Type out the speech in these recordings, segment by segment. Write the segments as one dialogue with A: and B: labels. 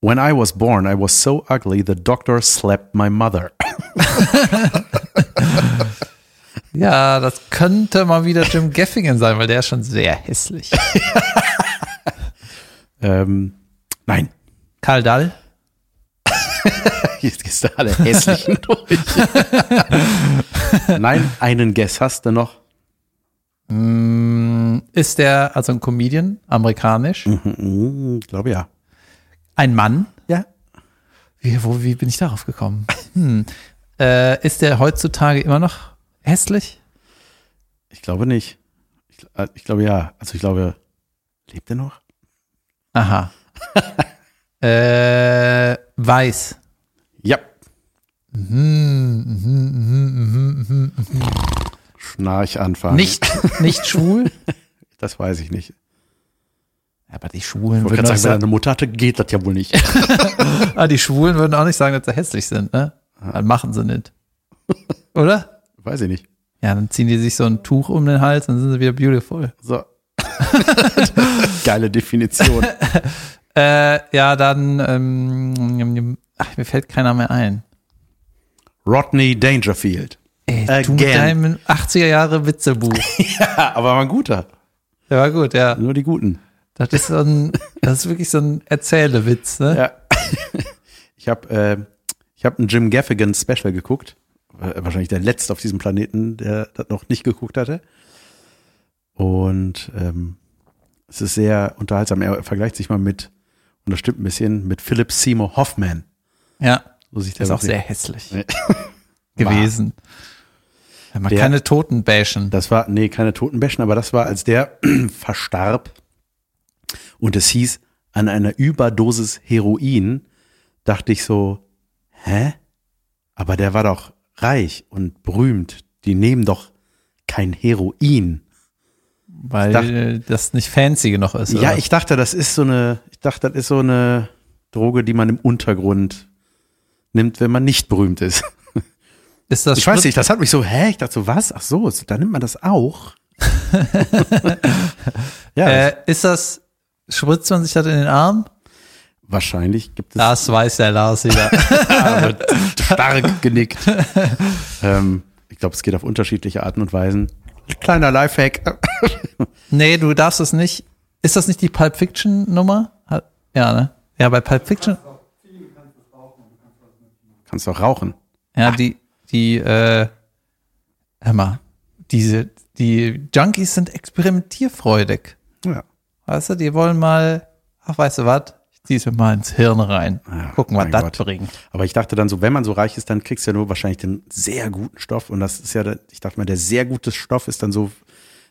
A: When I was born, I was so ugly, the doctor slapped my mother.
B: Ja, das könnte mal wieder Jim Gaffigan sein, weil der ist schon sehr hässlich.
A: Ähm, nein,
B: Karl Dall?
A: jetzt gehst du alle hässlichen durch. nein, einen Guess hast du noch.
B: Ist der also ein Comedian, amerikanisch?
A: Mhm, glaube ja.
B: Ein Mann?
A: Ja.
B: Wie, wo, wie bin ich darauf gekommen? Hm. Äh, ist der heutzutage immer noch hässlich?
A: Ich glaube nicht. Ich, gl- äh, ich glaube ja. Also ich glaube, lebt er noch?
B: Aha. äh, weiß.
A: Ja.
B: Mhm, mhm, mhm, mhm, mhm.
A: Schnarchanfang.
B: Nicht, nicht schwul?
A: Das weiß ich nicht.
B: Aber die Schwulen
A: Ich wollte
B: würden
A: gerade
B: auch
A: sagen, wenn er
B: sagen,
A: eine Mutter hatte, geht das ja wohl nicht.
B: ah, die Schwulen würden auch nicht sagen, dass sie hässlich sind, ne? Dann machen sie nicht. Oder?
A: weiß ich nicht.
B: Ja, dann ziehen die sich so ein Tuch um den Hals, dann sind sie wieder beautiful.
A: So. Geile Definition.
B: Äh, ja, dann, ähm, ach, mir fällt keiner mehr ein.
A: Rodney Dangerfield.
B: Ey, du mit
A: Again.
B: deinem 80er Jahre Witzebuch.
A: Ja, Ah, aber war ein guter.
B: Der war gut, ja.
A: Nur die Guten.
B: Das ist so ein, das ist wirklich so ein Erzählewitz, ne?
A: Ja. Ich habe äh, ich hab ein Jim Gaffigan Special geguckt. Äh, Wahrscheinlich der letzte auf diesem Planeten, der das noch nicht geguckt hatte. Und ähm, es ist sehr unterhaltsam. Er vergleicht sich mal mit, und das stimmt ein bisschen, mit Philip Seymour Hoffman.
B: Ja.
A: So sieht der
B: Ist auch
A: aus.
B: sehr hässlich
A: Nee.
B: gewesen. Wenn man
A: Der-
B: keine Toten bashen.
A: Das war, nee, keine Totenbäschen, aber das war, als der verstarb und es hieß, an einer Überdosis Heroin, dachte ich so, hä? Aber der war doch reich und berühmt. Die nehmen doch kein Heroin.
B: Weil
A: dachte-
B: äh, das nicht fancy genug ist.
A: Ja,
B: oder?
A: ich dachte, das ist so eine, ich dachte, das ist so eine Droge, die man im Untergrund nimmt, wenn man nicht berühmt ist.
B: ist das
A: Ich weiß
B: Sprit-
A: nicht, das hat mich so, hä? Ich dachte so, was? Ach so, so, da nimmt man das auch. ja,
B: Äh, ist das, spritzt man sich das in den Arm?
A: Wahrscheinlich gibt es
B: Das weiß der Lars wieder.
A: stark genickt. ähm, ich glaube, es geht auf unterschiedliche Arten und Weisen. Kleiner Lifehack.
B: nee, du darfst es nicht. Ist das nicht die Pulp Fiction Nummer? Hat- Ja, ne? Ja, bei Pulp Fiction.
A: Kannst doch rauchen.
B: Ja, die, die, äh, hör mal, diese, die Junkies sind experimentierfreudig.
A: Ja.
B: Weißt du, die wollen mal, ach, weißt du was? Ich zieh's mir mal ins Hirn rein.
A: Ja,
B: Gucken, was
A: mein
B: das
A: Gott.
B: bringt.
A: Aber ich dachte dann so, wenn man so reich ist, dann kriegst du ja nur wahrscheinlich den sehr guten Stoff. Und das ist ja, der- ich dachte mal, der sehr gute Stoff ist dann so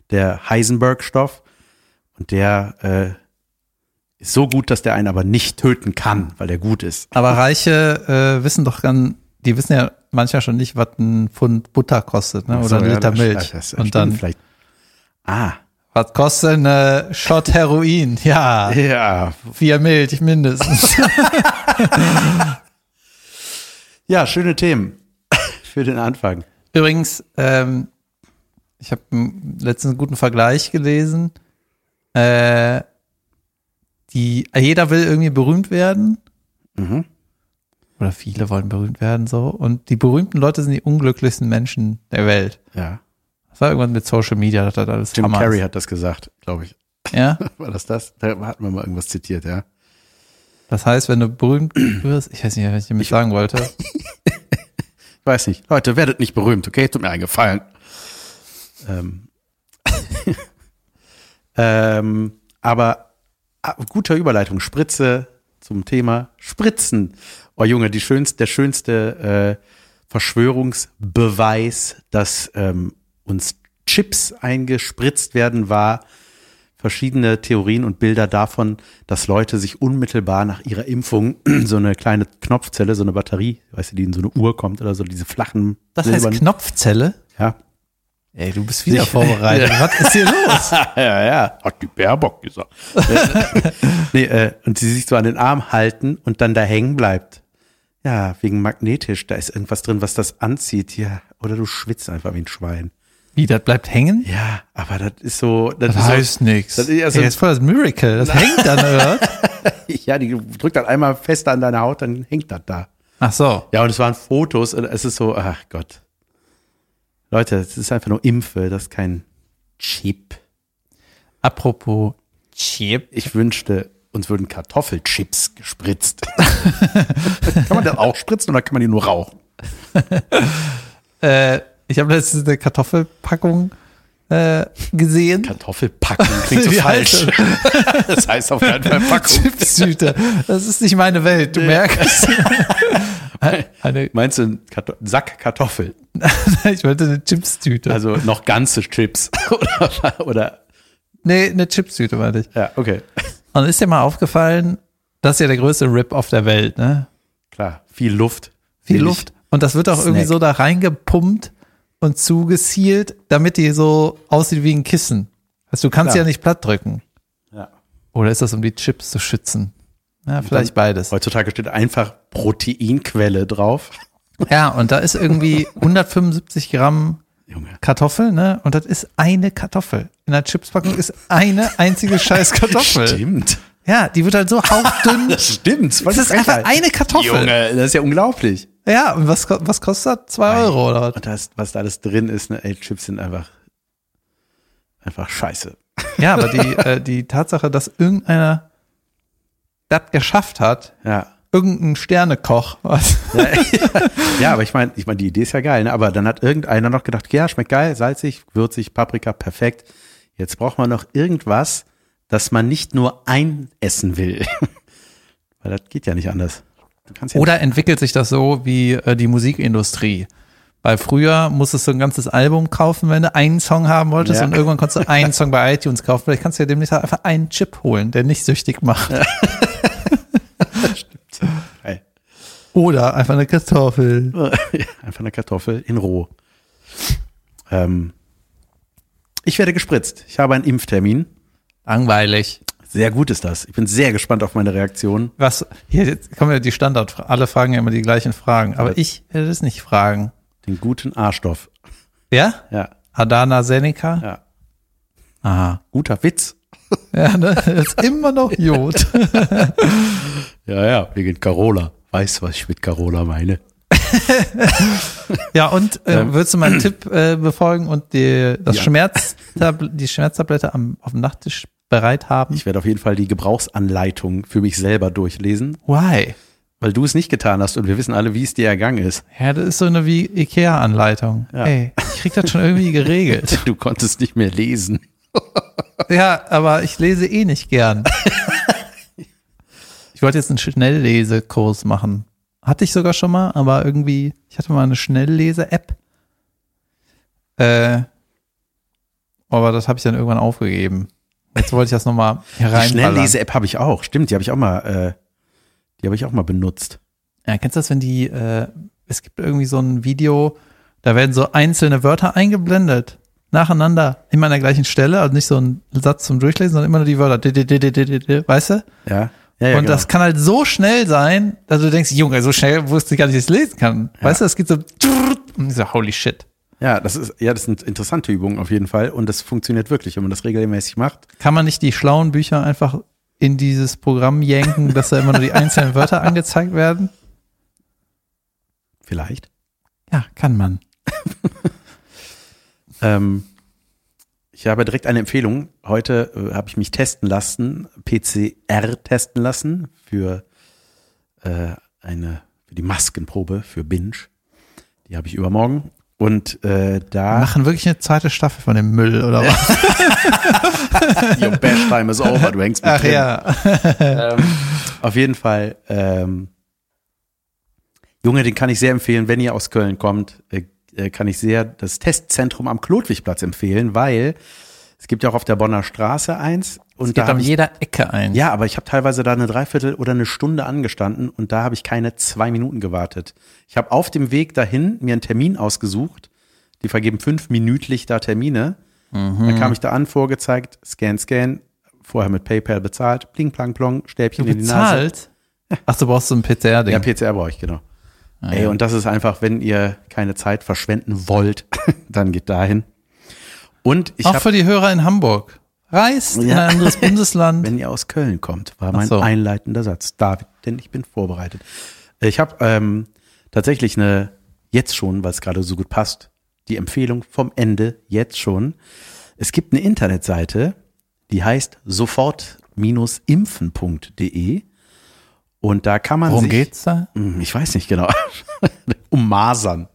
A: der Heisenberg-Stoff. Und der äh, ist so gut, dass der einen aber nicht töten kann, weil der gut ist.
B: Aber Reiche äh, wissen doch dann, die wissen ja manchmal schon nicht, was ein Pfund Butter kostet, ne? Oder
A: So,
B: ein
A: ja,
B: Liter
A: das-
B: Milch.
A: das- das
B: Und dann,
A: stimmt vielleicht. Ah,
B: was kostet eine Shot Heroin? Ja,
A: ja,
B: vier Milch mindestens.
A: Ja, schöne Themen für den Anfang.
B: Übrigens, ähm, ich habe letztens einen guten Vergleich gelesen. Äh, die, jeder will irgendwie berühmt werden.
A: Mhm.
B: Oder viele wollen berühmt werden, so. Und die berühmten Leute sind die unglücklichsten Menschen der Welt.
A: Ja.
B: Das war irgendwann mit Social Media, dass das alles
A: Jim
B: Hammer
A: Carrey
B: ist.
A: hat das gesagt, glaube ich.
B: Ja?
A: War das das? Da hatten wir mal irgendwas zitiert, ja.
B: Das heißt, wenn du berühmt wirst, ich weiß nicht, was ich damit sagen wollte.
A: Ich weiß nicht. Leute, werdet nicht berühmt, okay? Tut mir einen Gefallen. Ähm. ähm, aber ah, guter Überleitung. Spritze zum Thema Spritzen. Oh Junge, die schönst, der schönste äh, Verschwörungsbeweis, dass ähm, uns Chips eingespritzt werden, war verschiedene Theorien und Bilder davon, dass Leute sich unmittelbar nach ihrer Impfung so eine kleine Knopfzelle, so eine Batterie, weißt du, die in so eine Uhr kommt oder so, diese flachen
B: Das heißt
A: silbernen-
B: Knopfzelle?
A: ja.
B: Ey, du bist wieder
A: Ich-
B: vorbereitet. Was ist hier los?
A: ja, ja, hat die Baerbock gesagt. nee, äh, und sie sich so an den Arm halten und dann da hängen bleibt. Ja, wegen magnetisch, da ist irgendwas drin, was das anzieht. Ja, oder du schwitzt einfach wie ein Schwein.
B: Wie, das bleibt hängen?
A: Ja, aber das ist so. Das,
B: Das
A: ist
B: heißt nichts.
A: das ist also-
B: Ey, das ist voll das Miracle. Das hängt dann, oder? was?
A: So, ja, die drückt das einmal fest an deine Haut, dann hängt das da.
B: Ach so.
A: Ja, und es waren Fotos und es ist so, ach Gott. Leute, es ist einfach nur Impfe, das ist kein Chip.
B: Apropos Chip.
A: Ich wünschte, uns würden Kartoffelchips gespritzt. kann man das auch spritzen oder kann man die nur rauchen?
B: Äh, ich habe letztens eine Kartoffelpackung äh, gesehen.
A: Kartoffelpacken klingt so
B: Wie
A: falsch.
B: heißt
A: das heißt auf keinen Fall Packung.
B: Chipstüte. Das ist nicht meine Welt, du merkst. eine,
A: Meinst du einen Karto Sack Kartoffel?
B: ich wollte eine Chipstüte.
A: Also noch ganze Chips oder, oder
B: nee, eine Chipstüte meinte ich.
A: ja, okay.
B: Und ist dir mal aufgefallen, das ist ja der größte Rip-Off der Welt, ne?
A: Klar, viel Luft.
B: Viel
A: Will ich-
B: Luft. Und das wird auch irgendwie
A: Snack.
B: so da reingepumpt und zugezielt, damit die so aussieht wie ein Kissen. Also du kannst
A: Klar.
B: ja nicht platt drücken.
A: Ja.
B: Oder ist das, um die Chips zu schützen? Ja, vielleicht beides.
A: Heutzutage steht einfach Proteinquelle drauf.
B: Ja, und da ist irgendwie 175 Gramm
A: Junge.
B: Kartoffel, ne? Und das ist eine Kartoffel. In der Chipspackung ist eine einzige scheiß Kartoffel.
A: Stimmt.
B: Ja, die wird halt so hauchdünn.
A: Das stimmt.
B: Das ist einfach eine Kartoffel.
A: Junge, das ist ja unglaublich.
B: Ja, und was, ko- was kostet das? Zwei Euro oder was?
A: Und das, was da alles drin ist, ne, ey, Chips sind einfach, einfach scheiße.
B: Ja, aber die, äh, die Tatsache, dass irgendeiner das geschafft hat,
A: Ja.
B: irgendein Sternekoch, was?
A: Ja, aber ich meine, ich meine, die Idee ist ja geil, ne? aber dann hat irgendeiner noch gedacht, ja, schmeckt geil, salzig, würzig, Paprika, perfekt. Jetzt braucht man noch irgendwas, das man nicht nur einessen will. Weil das geht ja nicht anders. Du kannst ja
B: Oder entwickelt sich das so wie äh, die Musikindustrie? Weil früher musstest du ein ganzes Album kaufen, wenn du einen Song haben wolltest
A: Ja.
B: und irgendwann konntest du einen Song bei iTunes kaufen. Vielleicht kannst du ja demnächst einfach einen Chip holen, der nicht süchtig macht.
A: Geil.
B: Oder einfach eine Kartoffel.
A: Einfach eine Kartoffel in roh. Ähm, ich werde gespritzt. Ich habe einen Impftermin.
B: Langweilig.
A: Sehr gut ist das. Ich bin sehr gespannt auf meine Reaktion.
B: Was? Hier jetzt kommen ja die Standardfragen. Alle fragen ja immer die gleichen Fragen. Aber ich werde es nicht fragen.
A: Den guten A-Stoff.
B: Ja?
A: Ja,
B: Adana Seneca?
A: ja.
B: Aha.
A: Guter Witz.
B: Ja, ne? Ist immer noch Jod.
A: Ja, ja, wegen Carola. Weiß, was ich mit Carola meine.
B: Ja, und äh, würdest du meinen Tipp äh, befolgen und die, das
A: Ja.
B: Schmerztabl die Schmerztablette am, auf dem Nachttisch bereit haben?
A: Ich werde auf jeden Fall die Gebrauchsanleitung für mich selber durchlesen,
B: Why?
A: weil du es nicht getan hast und wir wissen alle, wie es dir ergangen ist.
B: Ja, das ist so eine wie Ikea-Anleitung.
A: Ja.
B: Ey, ich krieg das schon irgendwie geregelt.
A: Du konntest nicht mehr lesen.
B: ja, aber ich lese eh nicht gern. Ich wollte jetzt einen Schnelllesekurs machen. Hatte ich sogar schon mal, aber irgendwie, ich hatte mal eine Schnelllese-App. Äh, aber das habe ich dann irgendwann aufgegeben. Jetzt wollte ich das nochmal
A: Die
B: hereinballern.
A: Schnelllese-App habe ich auch. Stimmt, die habe ich auch mal, äh, die habe ich auch mal benutzt.
B: Ja, kennst du das, wenn die, äh, es gibt irgendwie so ein Video, da werden so einzelne Wörter eingeblendet, nacheinander, immer an der gleichen Stelle, also nicht so ein Satz zum Durchlesen, sondern immer nur die Wörter, di- di- di- di- di- di- di, weißt du?
A: Ja. ja, genau. ja
B: Und das kann halt so schnell sein, dass du denkst, Junge, so schnell wusste ich gar nicht, dass ich es lesen kann. Weißt du, es geht so, und ich so, holy shit.
A: Ja, das ist, ja, das sind interessante Übungen auf jeden Fall. Und das funktioniert wirklich, wenn man das regelmäßig macht.
B: Kann man nicht die schlauen Bücher einfach in dieses Programm jenken, dass da immer nur die einzelnen Wörter angezeigt werden?
A: Vielleicht.
B: Ja, kann man.
A: Ähm, ich habe direkt eine Empfehlung. Heute äh, habe ich mich testen lassen, PCR testen lassen für äh, eine, für die Maskenprobe für Binge. Die habe ich übermorgen. Und äh, da.
B: Machen wirklich eine zweite Staffel von dem Müll, oder was?
A: Your best time is over, du hängst mit
B: Ach
A: drin.
B: ja.
A: Auf jeden Fall, ähm, Junge, den kann ich sehr empfehlen, wenn ihr aus Köln kommt, äh, äh, kann ich sehr das Testzentrum am Klotwigplatz empfehlen, weil es gibt ja auch auf der Bonner Straße eins und
B: Es gibt
A: da
B: an
A: hab ich,
B: jeder Ecke ein.
A: ja, aber ich habe teilweise da eine Dreiviertel oder eine Stunde angestanden und da habe ich keine zwei Minuten gewartet. Ich habe auf dem Weg dahin mir einen Termin ausgesucht. Die vergeben fünfminütlich da Termine. Dann kam ich da an, vorgezeigt, scan, scan, vorher mit PayPal bezahlt, bling, plang, plong, Stäbchen in die Nase.
B: bezahlt. Ach, du brauchst so ein PCR-Ding.
A: Ja, PCR brauche ich, genau. Ey, und das ist einfach, wenn ihr keine Zeit verschwenden wollt, dann geht dahin. Und ich
B: Auch
A: habe,
B: für die Hörer in Hamburg. Reist in
A: Ja.
B: ein anderes Bundesland.
A: wenn ihr aus Köln kommt, war mein
B: Ach so.
A: einleitender Satz. David, denn ich bin vorbereitet. Ich habe ähm, tatsächlich eine, jetzt schon, weil es gerade so gut passt, die Empfehlung vom Ende jetzt schon. Es gibt eine Internetseite, die heißt sofort-impfen.de und da kann man
B: Worum
A: sich,
B: geht's da?
A: Hm, Ich weiß nicht genau. um Masern.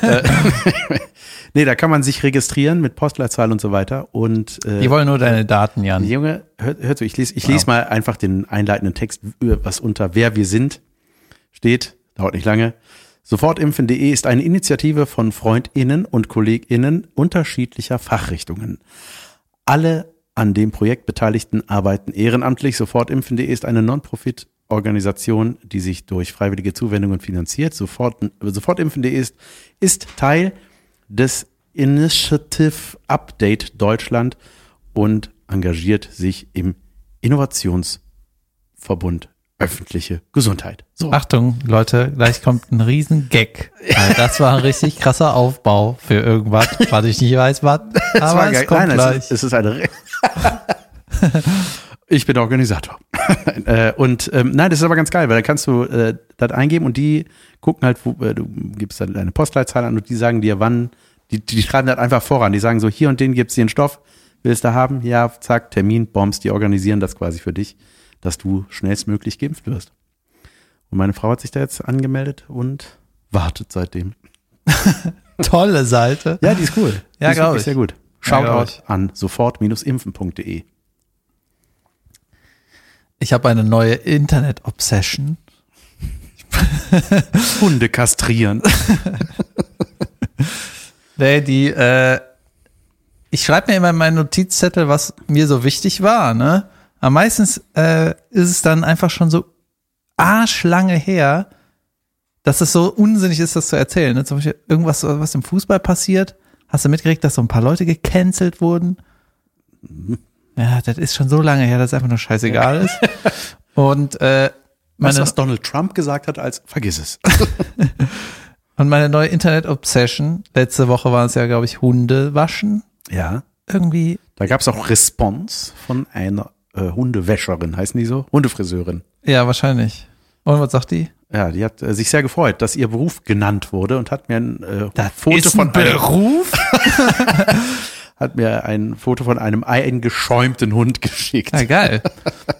A: Äh, nee, da kann man sich registrieren mit Postleitzahl und so weiter. Und äh,
B: Die wollen nur deine Daten, Jan.
A: Junge, hör, hör zu, ich lese ich lese mal einfach den einleitenden Text, was unter Wer wir sind steht. Dauert nicht lange. Sofortimpfen.de ist eine Initiative von FreundInnen und KollegInnen unterschiedlicher Fachrichtungen. Alle an dem Projekt Beteiligten arbeiten ehrenamtlich. Sofortimpfen.de ist eine Non-Profit-Organisation, die sich durch freiwillige Zuwendungen finanziert. Sofort, Sofortimpfen.de ist, ist Teil des Initiative Update Deutschland und engagiert sich im Innovationsverbund öffentliche Gesundheit. So.
B: Achtung, Leute, gleich kommt ein riesen Gag. Weil Das war ein richtig krasser Aufbau für irgendwas, was ich nicht weiß, was.
A: Es
B: Aber
A: war geil.
B: es kommt
A: Nein,
B: gleich.
A: Es, ist- es ist eine. Re- ich bin Organisator. Nein, äh, und ähm, nein, das ist aber ganz geil, weil dann kannst du äh, das eingeben und die gucken halt, wo, äh, du gibst dann deine Postleitzahl an und die sagen dir, wann. Die, die schreiben das einfach voran. Die sagen so, hier und den gibt's den Stoff, willst du haben? Ja, zack, Termin, Bombs, die organisieren das quasi für dich, dass du schnellstmöglich geimpft wirst. Und meine Frau hat sich da jetzt angemeldet und wartet seitdem.
B: Tolle Seite.
A: Ja, die ist cool.
B: Ja,
A: Die ist
B: glaub
A: wirklich
B: ich.
A: Sehr gut.
B: Ja,
A: Shoutout
B: glaub
A: an sofort-impfen.de.
B: Ich habe eine neue Internet-Obsession.
A: Hunde kastrieren.
B: Nee, die, äh, ich schreibe mir immer in meinen Notizzettel, was mir so wichtig war, ne? Aber meistens äh, ist es dann einfach schon so arschlange her, dass es so unsinnig ist, das zu erzählen. Ne? Zum Beispiel irgendwas, was im Fußball passiert. Hast du mitgekriegt, dass so ein paar Leute gecancelt wurden? Ja, das ist schon so lange her, dass es einfach nur scheißegal ist. Und äh,
A: Weißt du,
B: meine
A: was Donald Trump gesagt hat, als vergiss es.
B: Und meine neue Internet-Obsession, letzte Woche waren es ja, glaube ich, Hunde waschen.
A: Ja.
B: Irgendwie.
A: Da gab es auch Response von einer äh, Hundewäscherin, heißen die so? Hundefriseurin.
B: Ja, wahrscheinlich. Und was sagt die?
A: Ja, die hat äh, sich sehr gefreut, dass ihr Beruf genannt wurde und hat mir ein äh, Foto von einem,
B: Beruf?
A: hat mir ein Foto von einem eingeschäumten Hund geschickt.
B: Ja, geil.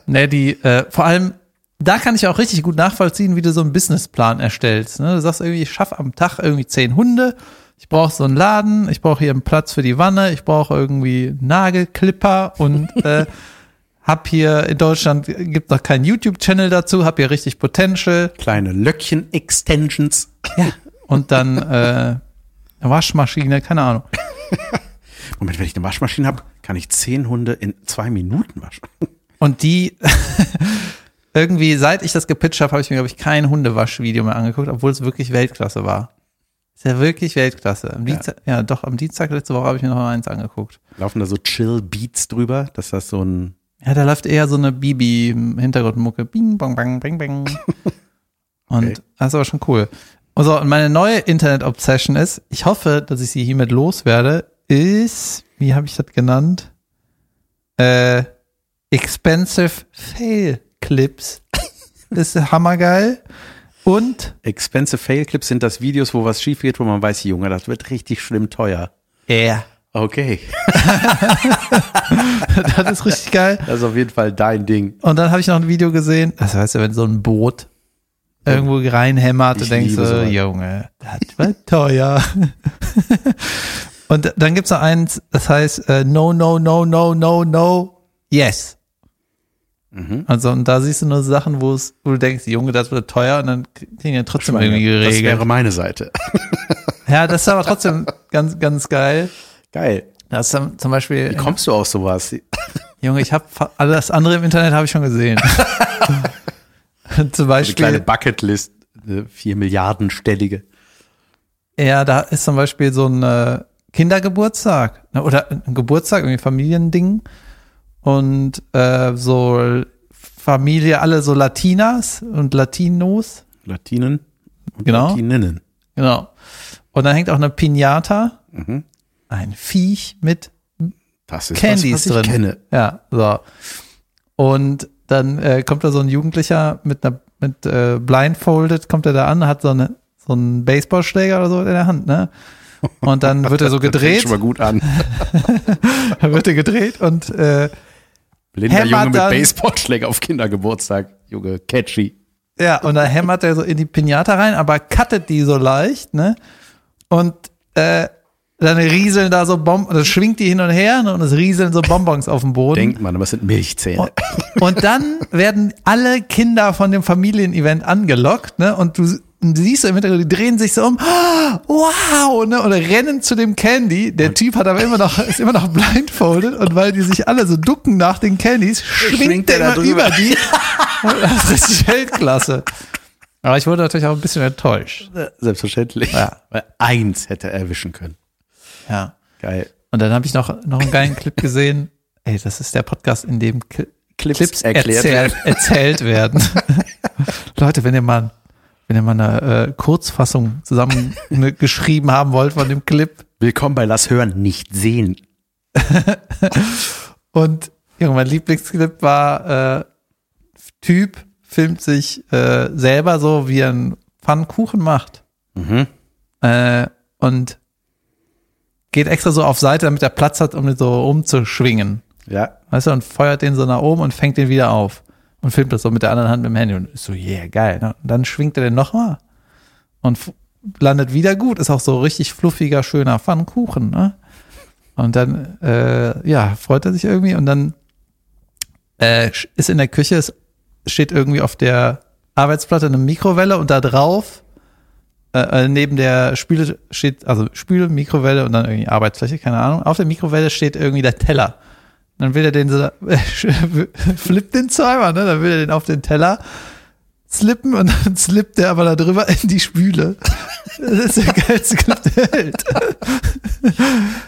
B: ne, die, äh, vor allem, da kann ich auch richtig gut nachvollziehen, wie du so einen Businessplan erstellst. Ne? Du sagst irgendwie, ich schaffe am Tag irgendwie zehn Hunde, ich brauche so einen Laden, ich brauche hier einen Platz für die Wanne, ich brauche irgendwie Nagelklipper und äh, hab hier in Deutschland gibt noch keinen YouTube-Channel dazu, hab hier richtig Potential.
A: Kleine Löckchen-Extensions.
B: und dann äh, eine Waschmaschine, keine Ahnung.
A: Moment, wenn ich eine Waschmaschine habe, kann ich zehn Hunde in zwei Minuten waschen.
B: Und die irgendwie, seit ich das gepitcht habe, habe ich mir, glaube ich, kein Hundewaschvideo mehr angeguckt, obwohl es wirklich Weltklasse war. Ist ja wirklich Weltklasse. Am Dienstag, ja, doch, am Dienstag letzte Woche habe ich mir noch mal eins angeguckt.
A: Laufen da so Chill-Beats drüber, dass das so ein
B: Ja, da läuft eher so eine Bibi im Hintergrundmucke. Bing, bong, bang, bing, bing. Und
A: Okay.
B: das ist aber schon cool. Und so, und meine neue Internet-Obsession ist, ich hoffe, dass ich sie hiermit loswerde, ist, wie habe ich das genannt? Äh, Expensive Fail Clips. Das ist hammergeil. Und
A: Expensive Fail Clips sind das Videos, wo was schief geht, wo man weiß, Junge, das wird richtig schlimm teuer.
B: yeah.
A: Okay,
B: das ist richtig geil.
A: das ist auf jeden Fall dein Ding.
B: Und dann habe ich noch ein Video gesehen, das heißt ja, wenn so ein Boot irgendwo reinhämmert, du
A: Ich
B: denkst
A: liebe
B: du,
A: sowas.
B: Junge, das war teuer. Und dann gibt's noch eins, das heißt, äh, no, no, no, no, no, no, yes.
A: Mhm.
B: Also, und da siehst du nur Sachen, wo es, wo du denkst, Junge, das wird teuer und dann kriegen ja trotzdem irgendwie
A: Das
B: geregelt.
A: wäre meine Seite.
B: ja, das ist aber trotzdem ganz, ganz geil.
A: Geil.
B: Das ist dann zum Beispiel,
A: Wie kommst du auf sowas?
B: Junge, ich habe alles andere im Internet habe ich schon gesehen. zum
A: Eine
B: Beispiel.
A: kleine Bucketlist, eine vier Milliardenstellige.
B: Ja, da ist zum Beispiel so ein äh, Kindergeburtstag ne, oder ein Geburtstag, irgendwie Familiending und äh, so Familie, alle so Latinas und Latinos,
A: Latinen und
B: Genau.
A: Latininnen. Mhm.
B: genau. Und da hängt auch eine Pinata, ein Viech mit
A: Das ist
B: Candy
A: was, was
B: ist
A: ich
B: drin.
A: kenne.
B: Ja, so. Und dann äh, kommt da so ein Jugendlicher mit einer mit äh, blindfolded kommt er da an, hat so eine so einen Baseballschläger oder so in der Hand, ne? Und dann wird er so
A: Das fängt
B: gedreht,
A: schon mal gut an.
B: dann wird er gedreht und äh,
A: Blinder
B: Hämmert
A: Junge mit
B: dann-
A: Baseballschläger auf Kindergeburtstag. Junge, catchy.
B: ja, und dann hämmert er so in die Pinata rein, aber cuttet die so leicht, ne? Und äh, dann rieseln da so Bonbons, dann schwingt die hin und her ne? und es rieseln so Bonbons auf dem Boden.
A: Denkt man, aber es sind Milchzähne.
B: Und, und dann werden alle Kinder von dem Familienevent angelockt, ne? Und du und du siehst im Hintergrund, die drehen sich so um, Ah, wow, ne? Oder rennen zu dem Candy. Der Typ hat aber immer noch, ist immer noch blindfolded und weil die sich alle so ducken nach den Candies, schwingt,
A: Schwingt
B: der
A: der da
B: immer
A: drüber.
B: über die. Das ist Weltklasse. Aber ich wurde natürlich auch ein bisschen enttäuscht.
A: Selbstverständlich.
B: äh, Ja.
A: Weil eins hätte er erwischen können.
B: Ja.
A: Geil.
B: Und dann habe ich noch, noch einen geilen Clip gesehen. Ey, das ist der Podcast, in dem Cl
A: Clips
B: Clips,
A: erklärt
B: erzählt, erzählt werden. Leute, wenn ihr mal, wenn ihr mal eine äh, Kurzfassung zusammen ne, geschrieben haben wollt von dem Clip
A: Willkommen bei Lass hören, nicht sehen.
B: und ja, mein Lieblingsclip war äh, Typ filmt sich äh, selber so, wie er einen Pfannkuchen macht.
A: Mhm.
B: äh, und geht extra so auf Seite, damit er Platz hat, um den so umzuschwingen.
A: Ja.
B: Weißt du, und feuert den so nach oben und fängt den wieder auf. Und filmt das so mit der anderen Hand mit dem Handy und ist so, yeah, geil. Ne? Und dann schwingt er den nochmal und f- landet wieder gut. Ist auch so richtig fluffiger, schöner Pfannkuchen. Ne? Und dann, äh, ja, freut er sich irgendwie und dann äh, sch- ist in der Küche, es steht irgendwie auf der Arbeitsplatte eine Mikrowelle und da drauf äh, äh, neben der Spüle steht, also Spüle, Mikrowelle und dann irgendwie Arbeitsfläche, keine Ahnung. Auf der Mikrowelle steht irgendwie der Teller. Dann will er den so, flippt den zweimal, ne? Dann will er den auf den Teller slippen und dann slippt er aber da drüber in die Spüle. Das ist der geilste Clip der Welt.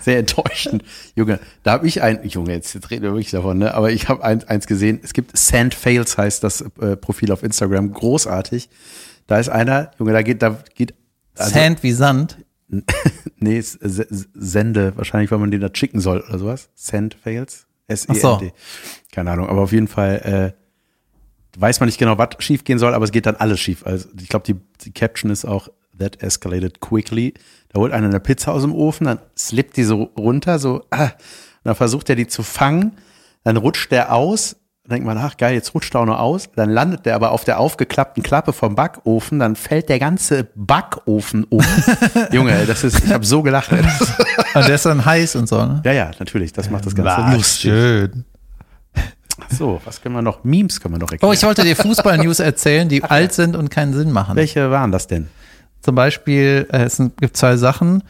A: Sehr enttäuschend. Junge, da habe ich ein, Junge, jetzt, jetzt reden wir wirklich davon, ne? aber ich habe ein, eins gesehen. Es gibt Sand Fails heißt das äh, Profil auf Instagram. Großartig. Da ist einer, Junge, da geht, da geht. also-
B: Sand wie Sand.
A: Nee, es- se- se- Sende, wahrscheinlich, weil man den da schicken soll oder sowas. Send fails. S-E-N-D.
B: Ach so.
A: Keine Ahnung, aber auf jeden Fall äh, weiß man nicht genau, was schief gehen soll, aber es geht dann alles schief. Also ich glaube, die, die Caption ist auch That escalated quickly. Da holt einer eine Pizza aus dem Ofen, dann slippt die so runter, so, ah, und dann versucht er die zu fangen, dann rutscht der aus, dann denkt man, ach geil, jetzt rutscht er auch noch aus, dann landet der aber auf der aufgeklappten Klappe vom Backofen, dann fällt der ganze Backofen um. Junge, ey, das ist, ich habe so gelacht. ey. Das,
B: Und Ah, der ist dann heiß und so, ne?
A: ja, ja, natürlich, das macht das Ganze
B: Ah,
A: lustig.
B: schön.
A: So, was können wir noch? Memes können wir noch erklären.
B: Oh, ich wollte dir Fußball-News erzählen, die alt sind und keinen Sinn machen.
A: Welche waren das denn?
B: Zum Beispiel, äh, es sind- gibt zwei Sachen.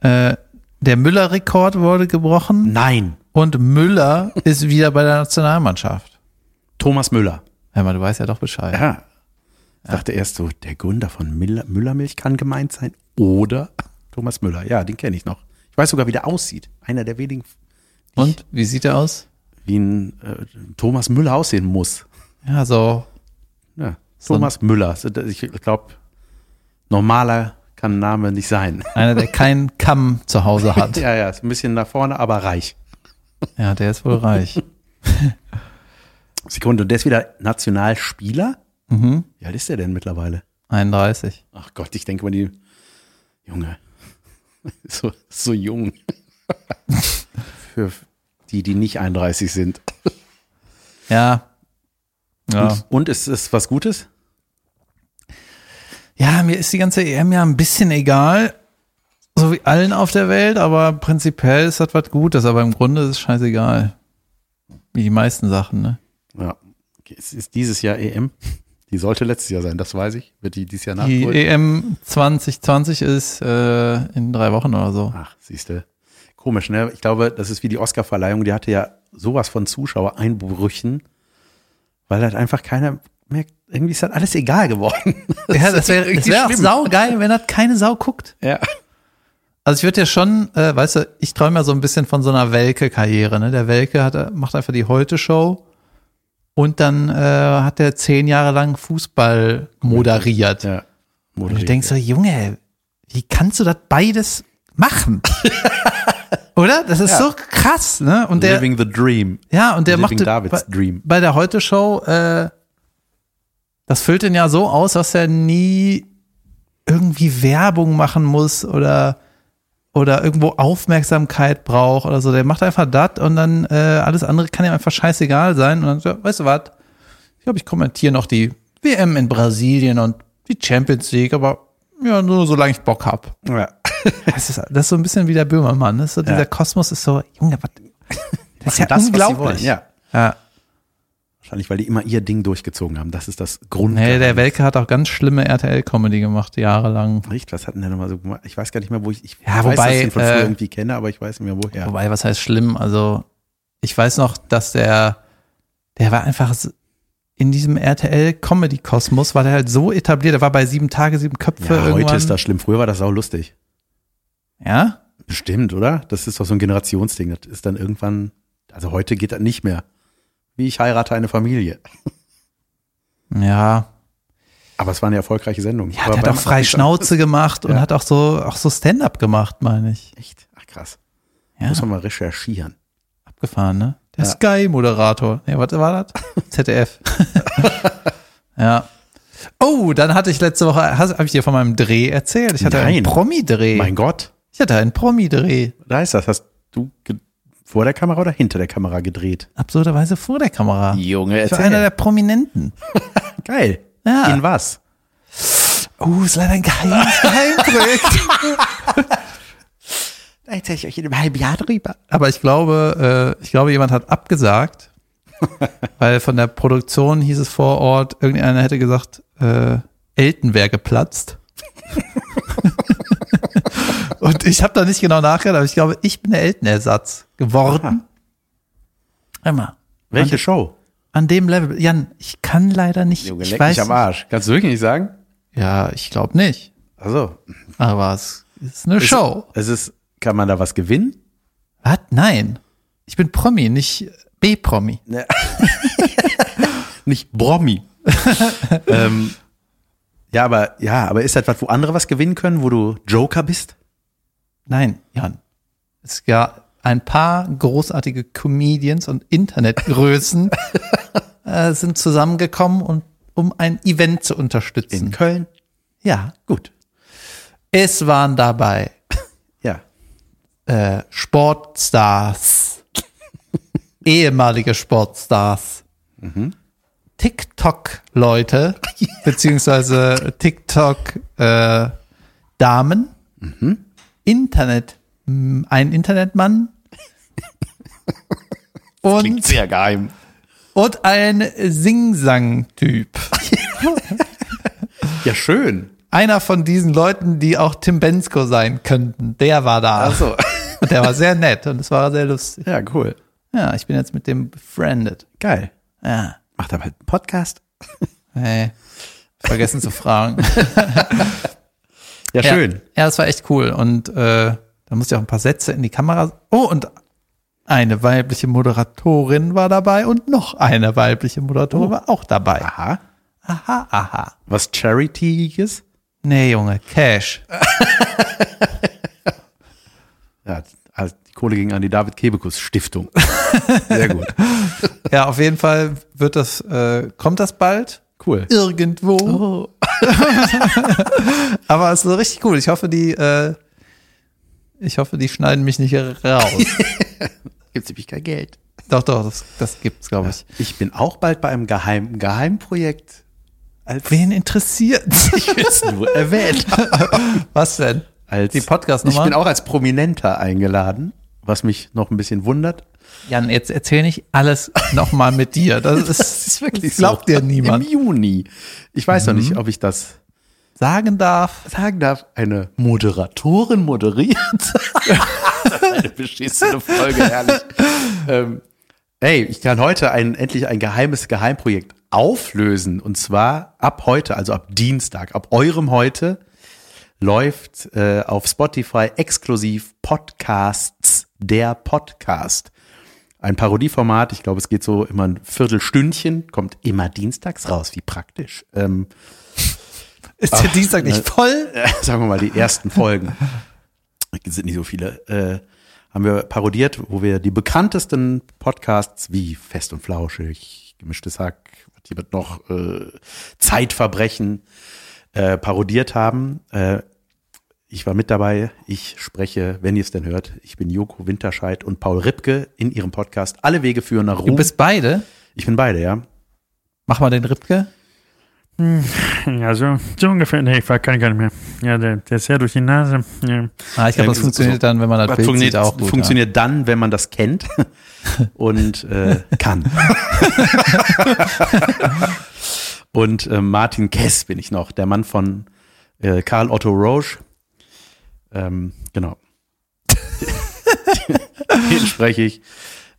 B: Äh, der Müller-Rekord wurde gebrochen
A: Nein,
B: und Müller ist wieder bei der Nationalmannschaft.
A: Thomas Müller.
B: Hör mal, du weißt ja doch Bescheid.
A: Ja. Ich dachte erst so, der Gründer von Müller, Müllermilch kann gemeint sein. Oder Thomas Müller. Ja, den kenne ich noch. Ich weiß sogar, wie der aussieht. Einer der wenigen,
B: Und wie sieht er aus?
A: wie ein äh, Thomas Müller aussehen muss.
B: Ja, so.
A: Ja. Thomas Müller. So, das- Ich glaube, normaler kann Name nicht sein.
B: Einer, der keinen Kamm zu Hause hat.
A: Ja, ja, ist ein bisschen nach vorne, aber reich.
B: Ja, der ist wohl reich.
A: Sekunde, und der ist wieder Nationalspieler? Mhm. Wie alt ist der denn mittlerweile?
B: 31.
A: Ach Gott, ich denke mal, die Junge, so, so jung. Für die, die nicht 31 sind.
B: Ja. Ja.
A: Und, und ist es was Gutes?
B: ja, mir ist die ganze EM ja ein bisschen egal. So wie allen auf der Welt, aber prinzipiell ist das was Gutes. Aber im Grunde ist es scheißegal. Wie die meisten Sachen, ne?
A: Ja. Okay, Es ist dieses Jahr EM. Die sollte letztes Jahr sein, das weiß ich. Wird die dieses Jahr
B: Die E
A: nachholen?
B: EM 2020 ist äh, in drei Wochen oder so.
A: Ach, siehst du. Komisch, ne? Ich glaube, das ist wie die Oscarverleihung. Die hatte ja sowas von Zuschauereinbrüchen, weil halt einfach keiner merkt, irgendwie ist halt alles egal geworden.
B: Ja, das wäre
A: irgendwie
B: wär auch
A: schlimm.
B: saugeil, wenn das keine Sau guckt.
A: Ja.
B: Also ich würde ja schon, äh, weißt du, ich träume ja so ein bisschen von so einer Welke-Karriere. Ne? Der Welke hat, macht einfach die Heute-Show und dann äh, hat er zehn Jahre lang Fußball moderiert.
A: ja.
B: Und du denkst so, Junge, wie kannst du das beides machen? Oder? Das ist
A: Ja.
B: so krass, ne? Und der,
A: Living the Dream.
B: ja, und der
A: Living
B: machte
A: Davids
B: bei,
A: Dream.
B: bei der Heute-Show, äh, das füllt den ja so aus, dass er nie irgendwie Werbung machen muss oder, oder irgendwo Aufmerksamkeit braucht oder so. Der macht einfach das und dann äh, alles andere kann ihm einfach scheißegal sein. Und dann, so, weißt du was? Ich glaube, ich kommentiere noch die WM in Brasilien und die Champions League, aber ja, nur solange ich Bock hab.
A: Ja.
B: Das ist, das ist so ein bisschen wie der Böhmermann. Das ist so, Dieser Kosmos ist so, Junge, was? Das ist ja
A: was sie wollen,
B: unglaublich.
A: Ja.
B: Ja.
A: Wahrscheinlich, weil die immer ihr Ding durchgezogen haben. Das ist das Grund.
B: Nee, der Welke hat auch ganz schlimme RTL-Comedy gemacht, jahrelang.
A: Richtig, was hatten denn nochmal so gemacht? Ich weiß gar nicht mehr, wo ich. Ich
B: Ja,
A: weiß, dass
B: wobei,
A: ich ihn von früher
B: äh,
A: irgendwie kenne, aber ich weiß nicht mehr, woher.
B: Wobei, was heißt schlimm? Also, ich weiß noch, dass der, der war einfach so- in diesem RTL-Comedy-Kosmos, war der halt so etabliert. Der war bei sieben Tage, sieben Köpfe.
A: ja,
B: irgendwann.
A: heute ist das schlimm. Früher war das auch lustig.
B: Ja?
A: Bestimmt, oder? Das ist doch so ein Generationsding. Das ist dann irgendwann. Also heute geht das nicht mehr. Wie ich heirate eine Familie.
B: Ja.
A: Aber es war eine erfolgreiche Sendung.
B: Ja,
A: Aber
B: der hat
A: beim-
B: auch frei Schnauze gemacht und
A: Ja.
B: hat auch so, auch so Stand-up gemacht, meine ich.
A: Echt? Ach krass.
B: Ja.
A: Muss man mal recherchieren.
B: Abgefahren, ne? Der
A: Ja.
B: Sky-Moderator. Nee, was war das? ZDF. ja. Oh, dann hatte ich letzte Woche, habe ich dir von meinem Dreh erzählt? Ich hatte einen
A: Nein.
B: Promi-Dreh.
A: Mein Gott,
B: Ich hatte einen Promi-Dreh.
A: da ist das. Hast du ge- vor der Kamera oder hinter der Kamera gedreht?
B: Absurderweise vor der Kamera.
A: Ah. Junge,
B: Ich war einer der Prominenten.
A: Geil.
B: Ja.
A: In was?
B: Oh, ist leider ein geheimes Geheimprojekt.
A: Da erzähle ich euch in einem halben Jahr drüber.
B: Aber ich glaube, äh, ich glaube, jemand hat abgesagt, weil von der Produktion hieß es vor Ort, irgendeiner hätte gesagt, äh, Elten wäre geplatzt. Und ich habe da nicht genau nachgedacht, aber ich glaube, ich bin der Eltenersatz geworden. Hör mal,
A: Welche Show?
B: an dem Level. Jan, ich kann leider nicht. ich weiß.
A: Arsch. Kannst du wirklich nicht sagen?
B: Ja, ich glaube nicht.
A: Also,
B: Aber es ist eine
A: es-
B: Show.
A: Es ist, kann man da was gewinnen?
B: Was? Nein. Ich bin Promi, nicht B-Promi.
A: Nicht Bromi. ähm, ja, aber ja, aber ist das was, wo andere was gewinnen können, wo du Joker bist?
B: Nein, Jan. Es gab ein paar großartige Comedians und Internetgrößen äh, sind zusammengekommen, und, um ein Event zu unterstützen.
A: Köln?
B: ja,
A: Hm. Gut.
B: es waren dabei
A: Ja.
B: äh, Sportstars, ehemalige Sportstars, TikTok-Leute, beziehungsweise äh, TikTok-Damen, Internet, m, ein Internetmann und,
A: sehr geheim.
B: und ein Sing-Sang-Typ.
A: Ja, schön.
B: Einer von diesen Leuten, die auch Tim Bensko sein könnten, der war da.
A: Also,
B: Und der war sehr nett und es war sehr lustig.
A: ja, cool.
B: Ja, ich bin jetzt mit dem befriended.
A: Geil.
B: Ja.
A: Macht aber halt einen Podcast.
B: Hey. Vergessen zu fragen.
A: Ja, schön.
B: Ja, ja, das war echt cool. Und äh, da musste ich auch ein paar Sätze in die Kamera. Oh, und eine weibliche Moderatorin war dabei und noch eine weibliche Moderatorin war auch dabei.
A: Aha.
B: Aha, aha.
A: Was Charity ist?
B: Nee, Junge, Cash.
A: Ja, also die Kohle ging an die David Kebekus Stiftung. Sehr gut.
B: Ja, auf jeden Fall wird das, äh, kommt das bald?
A: Cool.
B: Irgendwo. Aber es ist so richtig cool. Ich hoffe, die, äh, ich hoffe, die schneiden mich nicht raus.
A: Gibt's nämlich kein Geld.
B: Doch, doch, das, das gibt's, glaube ich.
A: Ich bin auch bald bei einem geheimen Geheimprojekt. Als
B: Wen interessiert?
A: ich jetzt nur erwähnt.
B: Was denn?
A: Als
B: Die Podcast-Nummer?
A: Ich bin auch als Prominenter eingeladen, was mich noch ein bisschen wundert.
B: Jan, jetzt erzähl nicht alles nochmal mit dir. Das ist, das glaubt dir niemand.
A: Im Juni. Ich weiß
B: Mhm.
A: noch nicht, ob ich das
B: Sagen darf.
A: sagen darf. Eine Moderatorin moderiert. das ist eine beschissene Folge, herrlich. Ähm, hey, ich kann heute ein, endlich ein geheimes Geheimprojekt auflösen. Und zwar ab heute, also ab Dienstag, ab eurem heute, läuft äh, auf Spotify exklusiv Podcasts, der Podcast. Ein Parodieformat, ich glaube, es geht so immer ein Viertelstündchen, kommt immer dienstags raus, wie praktisch. Ähm,
B: Ist der Dienstag nicht voll?
A: äh, sagen wir mal, die ersten Folgen. Es sind nicht so viele. Äh, haben wir parodiert, wo wir die bekanntesten Podcasts wie Fest und Flauschig, Gemischtes Hack, was hier wird noch, äh, Zeitverbrechen äh, parodiert haben. Äh, ich war mit dabei. Ich spreche, wenn ihr es denn hört, ich bin Joko Winterscheid und Paul Ripke in ihrem Podcast Alle Wege führen nach
B: Du
A: Ruhm.
B: bist beide.
A: Ich bin beide, ja.
B: Mach mal den Ripke.
C: Ja, so, so ungefähr. Nee, ich kann gar nicht mehr. Ja, der, der ist ja durch die Nase. Ja.
B: Ah, ich
A: Ja,
B: glaube, das
A: so-
B: funktioniert dann, wenn man das,
A: Das
B: Bild
A: funktioniert,
B: sieht, auch gut.
A: funktioniert dann, wenn man das kennt und äh, kann. und äh, Martin Kess bin ich noch, der Mann von äh, Karl Otto Roche. Ähm, genau. Den spreche ich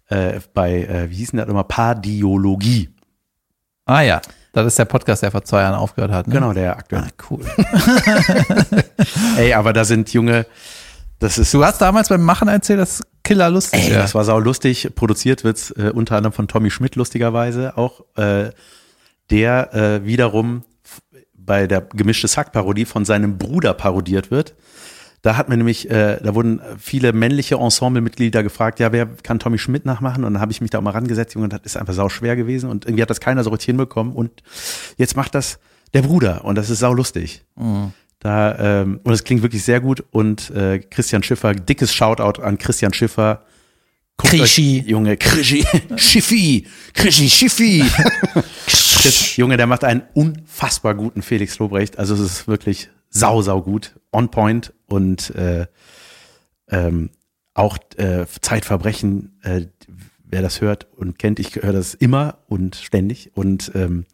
A: äh, bei, äh, wie hießen das immer, Pardiologie.
B: Ja. Ah ja, das ist der Podcast, der vor zwei Jahren aufgehört hat. Ne?
A: Genau, der aktuelle.
B: Ah, cool.
A: Ey, aber da sind junge, das ist
B: Du hast damals beim Machen erzählt, dass Killer lustig
A: Ey,
B: wäre.
A: das war sau lustig. Produziert wird's äh, unter anderem von Tommy Schmidt, lustigerweise auch. Äh, der äh, wiederum f- bei der gemischte Sack-Parodie von seinem Bruder parodiert wird. Da hat mir nämlich, äh, da wurden viele männliche Ensemblemitglieder gefragt, ja, wer kann Tommy Schmidt nachmachen? Und dann habe ich mich da auch mal rangesetzt, Junge, und das ist einfach sau schwer gewesen und irgendwie hat das keiner so richtig hinbekommen. Und jetzt macht das der Bruder und das ist sau lustig. Da, ähm, und es klingt wirklich sehr gut. Und äh, Christian Schiffer, dickes Shoutout an Christian Schiffer. Guckt euch-
B: Krischi.
A: Junge, Krischi, Schiffi, Krischi, Schiffi. Das, Junge, der macht einen unfassbar guten Felix Lobrecht. Also es ist wirklich sau, sau gut, on point und äh, ähm, auch äh, Zeitverbrechen, äh, wer das hört und kennt, ich höre das immer und ständig. Und ähm,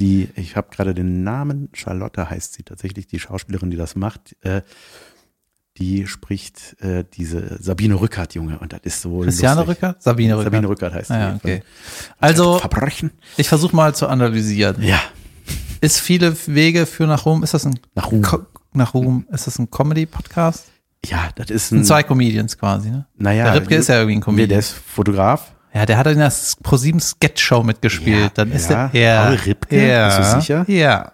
A: die, ich habe gerade den Namen, Charlotte heißt sie tatsächlich, die Schauspielerin, die das macht, äh, die spricht äh, diese Sabine Rückert, Junge, und das ist so.
B: Christiane
A: lustig.
B: Rückert? Sabine Rückert.
A: Sabine Rückert heißt sie.
B: Ah, ja, okay.
A: Also,
B: Also,
A: Verbrechen.
B: ich versuche mal zu analysieren.
A: Ja,
B: Ist viele Wege für nach Rom, ist das ein
A: nach Ruhm.
B: Ko nach Ruhm, ist das ein Comedy-Podcast?
A: Ja, das ist
B: Das sind
A: ein.
B: zwei Comedians quasi, ne?
A: Naja,
B: der Ripke ist ja irgendwie ein
A: Hm. Nee, der
B: Comedian.
A: ist Fotograf.
B: Ja, der hat in der ProSieben Sketch-Show mitgespielt.
A: Ja,
B: Dann ist
A: ja.
B: der, ja.
A: Paul Ripke?
B: ja.
A: Bist du sicher?
B: Ja.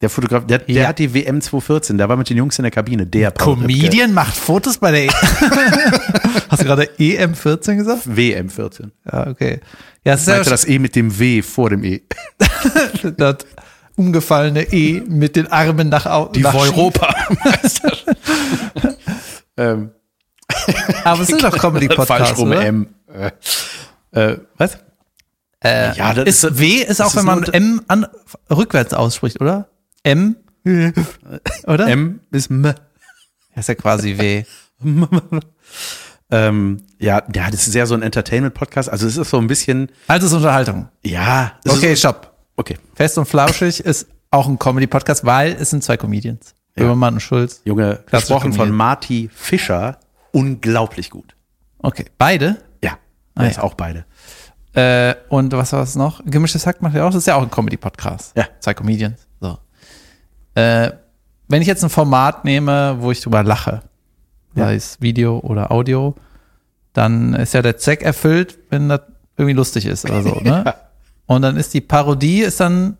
A: Der Fotograf, der, der
B: Ja.
A: hat die WM 2014, der war mit den Jungs in der Kabine. Der Paul Ripke.
B: Comedian macht Fotos bei der. E Hast du gerade EM14 gesagt?
A: WM 14.
B: Ja, okay. Ja, es ist ja
A: Meinte das E mit dem W vor dem E.
B: schon das umgefallene E mit den Armen nach außen. nach schief.
A: ähm,
B: Aber es sind doch Comedy-Podcasts.
A: falsch rum
B: oder?
A: M. Äh, äh, was?
B: Äh,
A: Ja, das
B: ist,
A: ist-
B: W ist auch,
A: das
B: wenn
A: ist
B: man
A: nur-
B: M an, rückwärts ausspricht, oder? M? Oder?
A: M ist M.
B: Das ist ja quasi W.
A: Ähm, ja, ja, das ist sehr so ein Entertainment-Podcast. Also es ist so ein bisschen,
B: Also es ist Unterhaltung.
A: ja. es
B: Okay,
A: Ist,
B: stopp.
A: okay.
B: Fest und Flauschig ist auch ein Comedy-Podcast, weil es sind zwei Comedians.
A: Ja.
B: Böhmermann und Schulz.
A: Junge,
B: Klassisch
A: gesprochen von
B: kombiniert.
A: Marty Fischer, unglaublich gut.
B: Okay, beide.
A: Ja,
B: Ah,
A: der ist
B: ja.
A: auch beide.
B: Äh, und was war es noch? Gemischtes Hack macht ja auch. Das ist ja auch ein Comedy-Podcast.
A: Ja.
B: Zwei Comedians. So. Äh, wenn ich jetzt ein Format nehme, wo ich drüber lache, sei es Video oder Audio, dann ist ja der Zweck erfüllt, wenn das irgendwie lustig ist oder so. Ne? Und dann ist die Parodie, ist dann,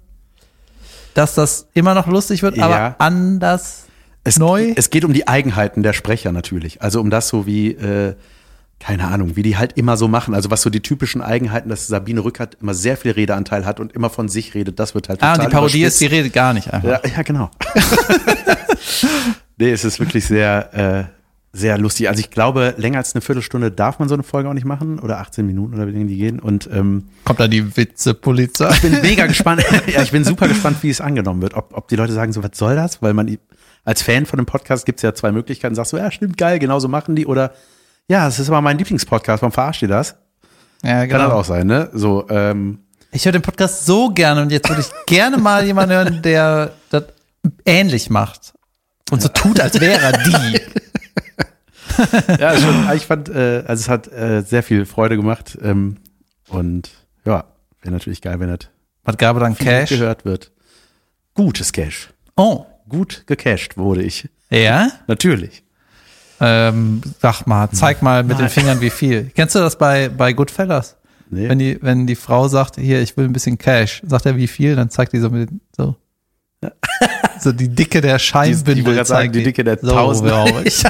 B: dass das immer noch lustig wird,
A: Ja.
B: aber anders
A: Es,
B: neu.
A: Es geht um die Eigenheiten der Sprecher natürlich. Also um das so wie, äh, keine Ahnung, wie die halt immer so machen. Also was so die typischen Eigenheiten, dass Sabine Rückert immer sehr viel Redeanteil hat und immer von sich redet, das wird halt
B: ah, und
A: total
B: die Parodie ist, die
A: überspitzt.
B: redet gar nicht einfach.
A: Ja, ja, genau. nee, es ist wirklich sehr, äh, sehr lustig. Also ich glaube, länger als eine Viertelstunde darf man so eine Folge auch nicht machen oder 18 Minuten oder wie lange die gehen. Und ähm,
B: Kommt dann die Witzepolizei.
A: ich bin mega gespannt. ja, ich bin super gespannt, wie es angenommen wird. Ob, ob die Leute sagen, so, was soll das? Weil man als Fan von dem Podcast gibt es ja zwei Möglichkeiten. Sagst du, ja, stimmt, geil, genauso machen die. Oder ja, es ist aber mein Lieblingspodcast, warum verarscht ihr das?
B: Ja, genau.
A: Kann das auch sein, ne? So, ähm,
B: Ich höre den Podcast so gerne und jetzt würde ich gerne mal jemanden hören, der das ähnlich macht. Und so tut, als wäre er die.
A: ja, ist schon, ich fand, äh, also es hat äh, sehr viel Freude gemacht. Ähm, und ja, wäre natürlich geil, wenn das
B: Was gab er dann
A: viel
B: Cash?
A: gehört wird. Gutes Cash.
B: Oh,
A: Gut gecached wurde ich.
B: ja?
A: Natürlich.
B: Ähm, sag mal, zeig mal mit den Fingern, wie viel. Kennst du das bei, bei Goodfellas?
A: Nee.
B: Wenn die, wenn die Frau sagt, hier, ich will ein bisschen Cash, sagt er, wie viel, dann zeigt die so mit den, so. So die Dicke
A: Die- die
B: der
A: wollte
B: Scheinbindel
A: grad sagen,
B: zeigt
A: die Dicke der
B: so,
A: Tausend.
B: glaub ich.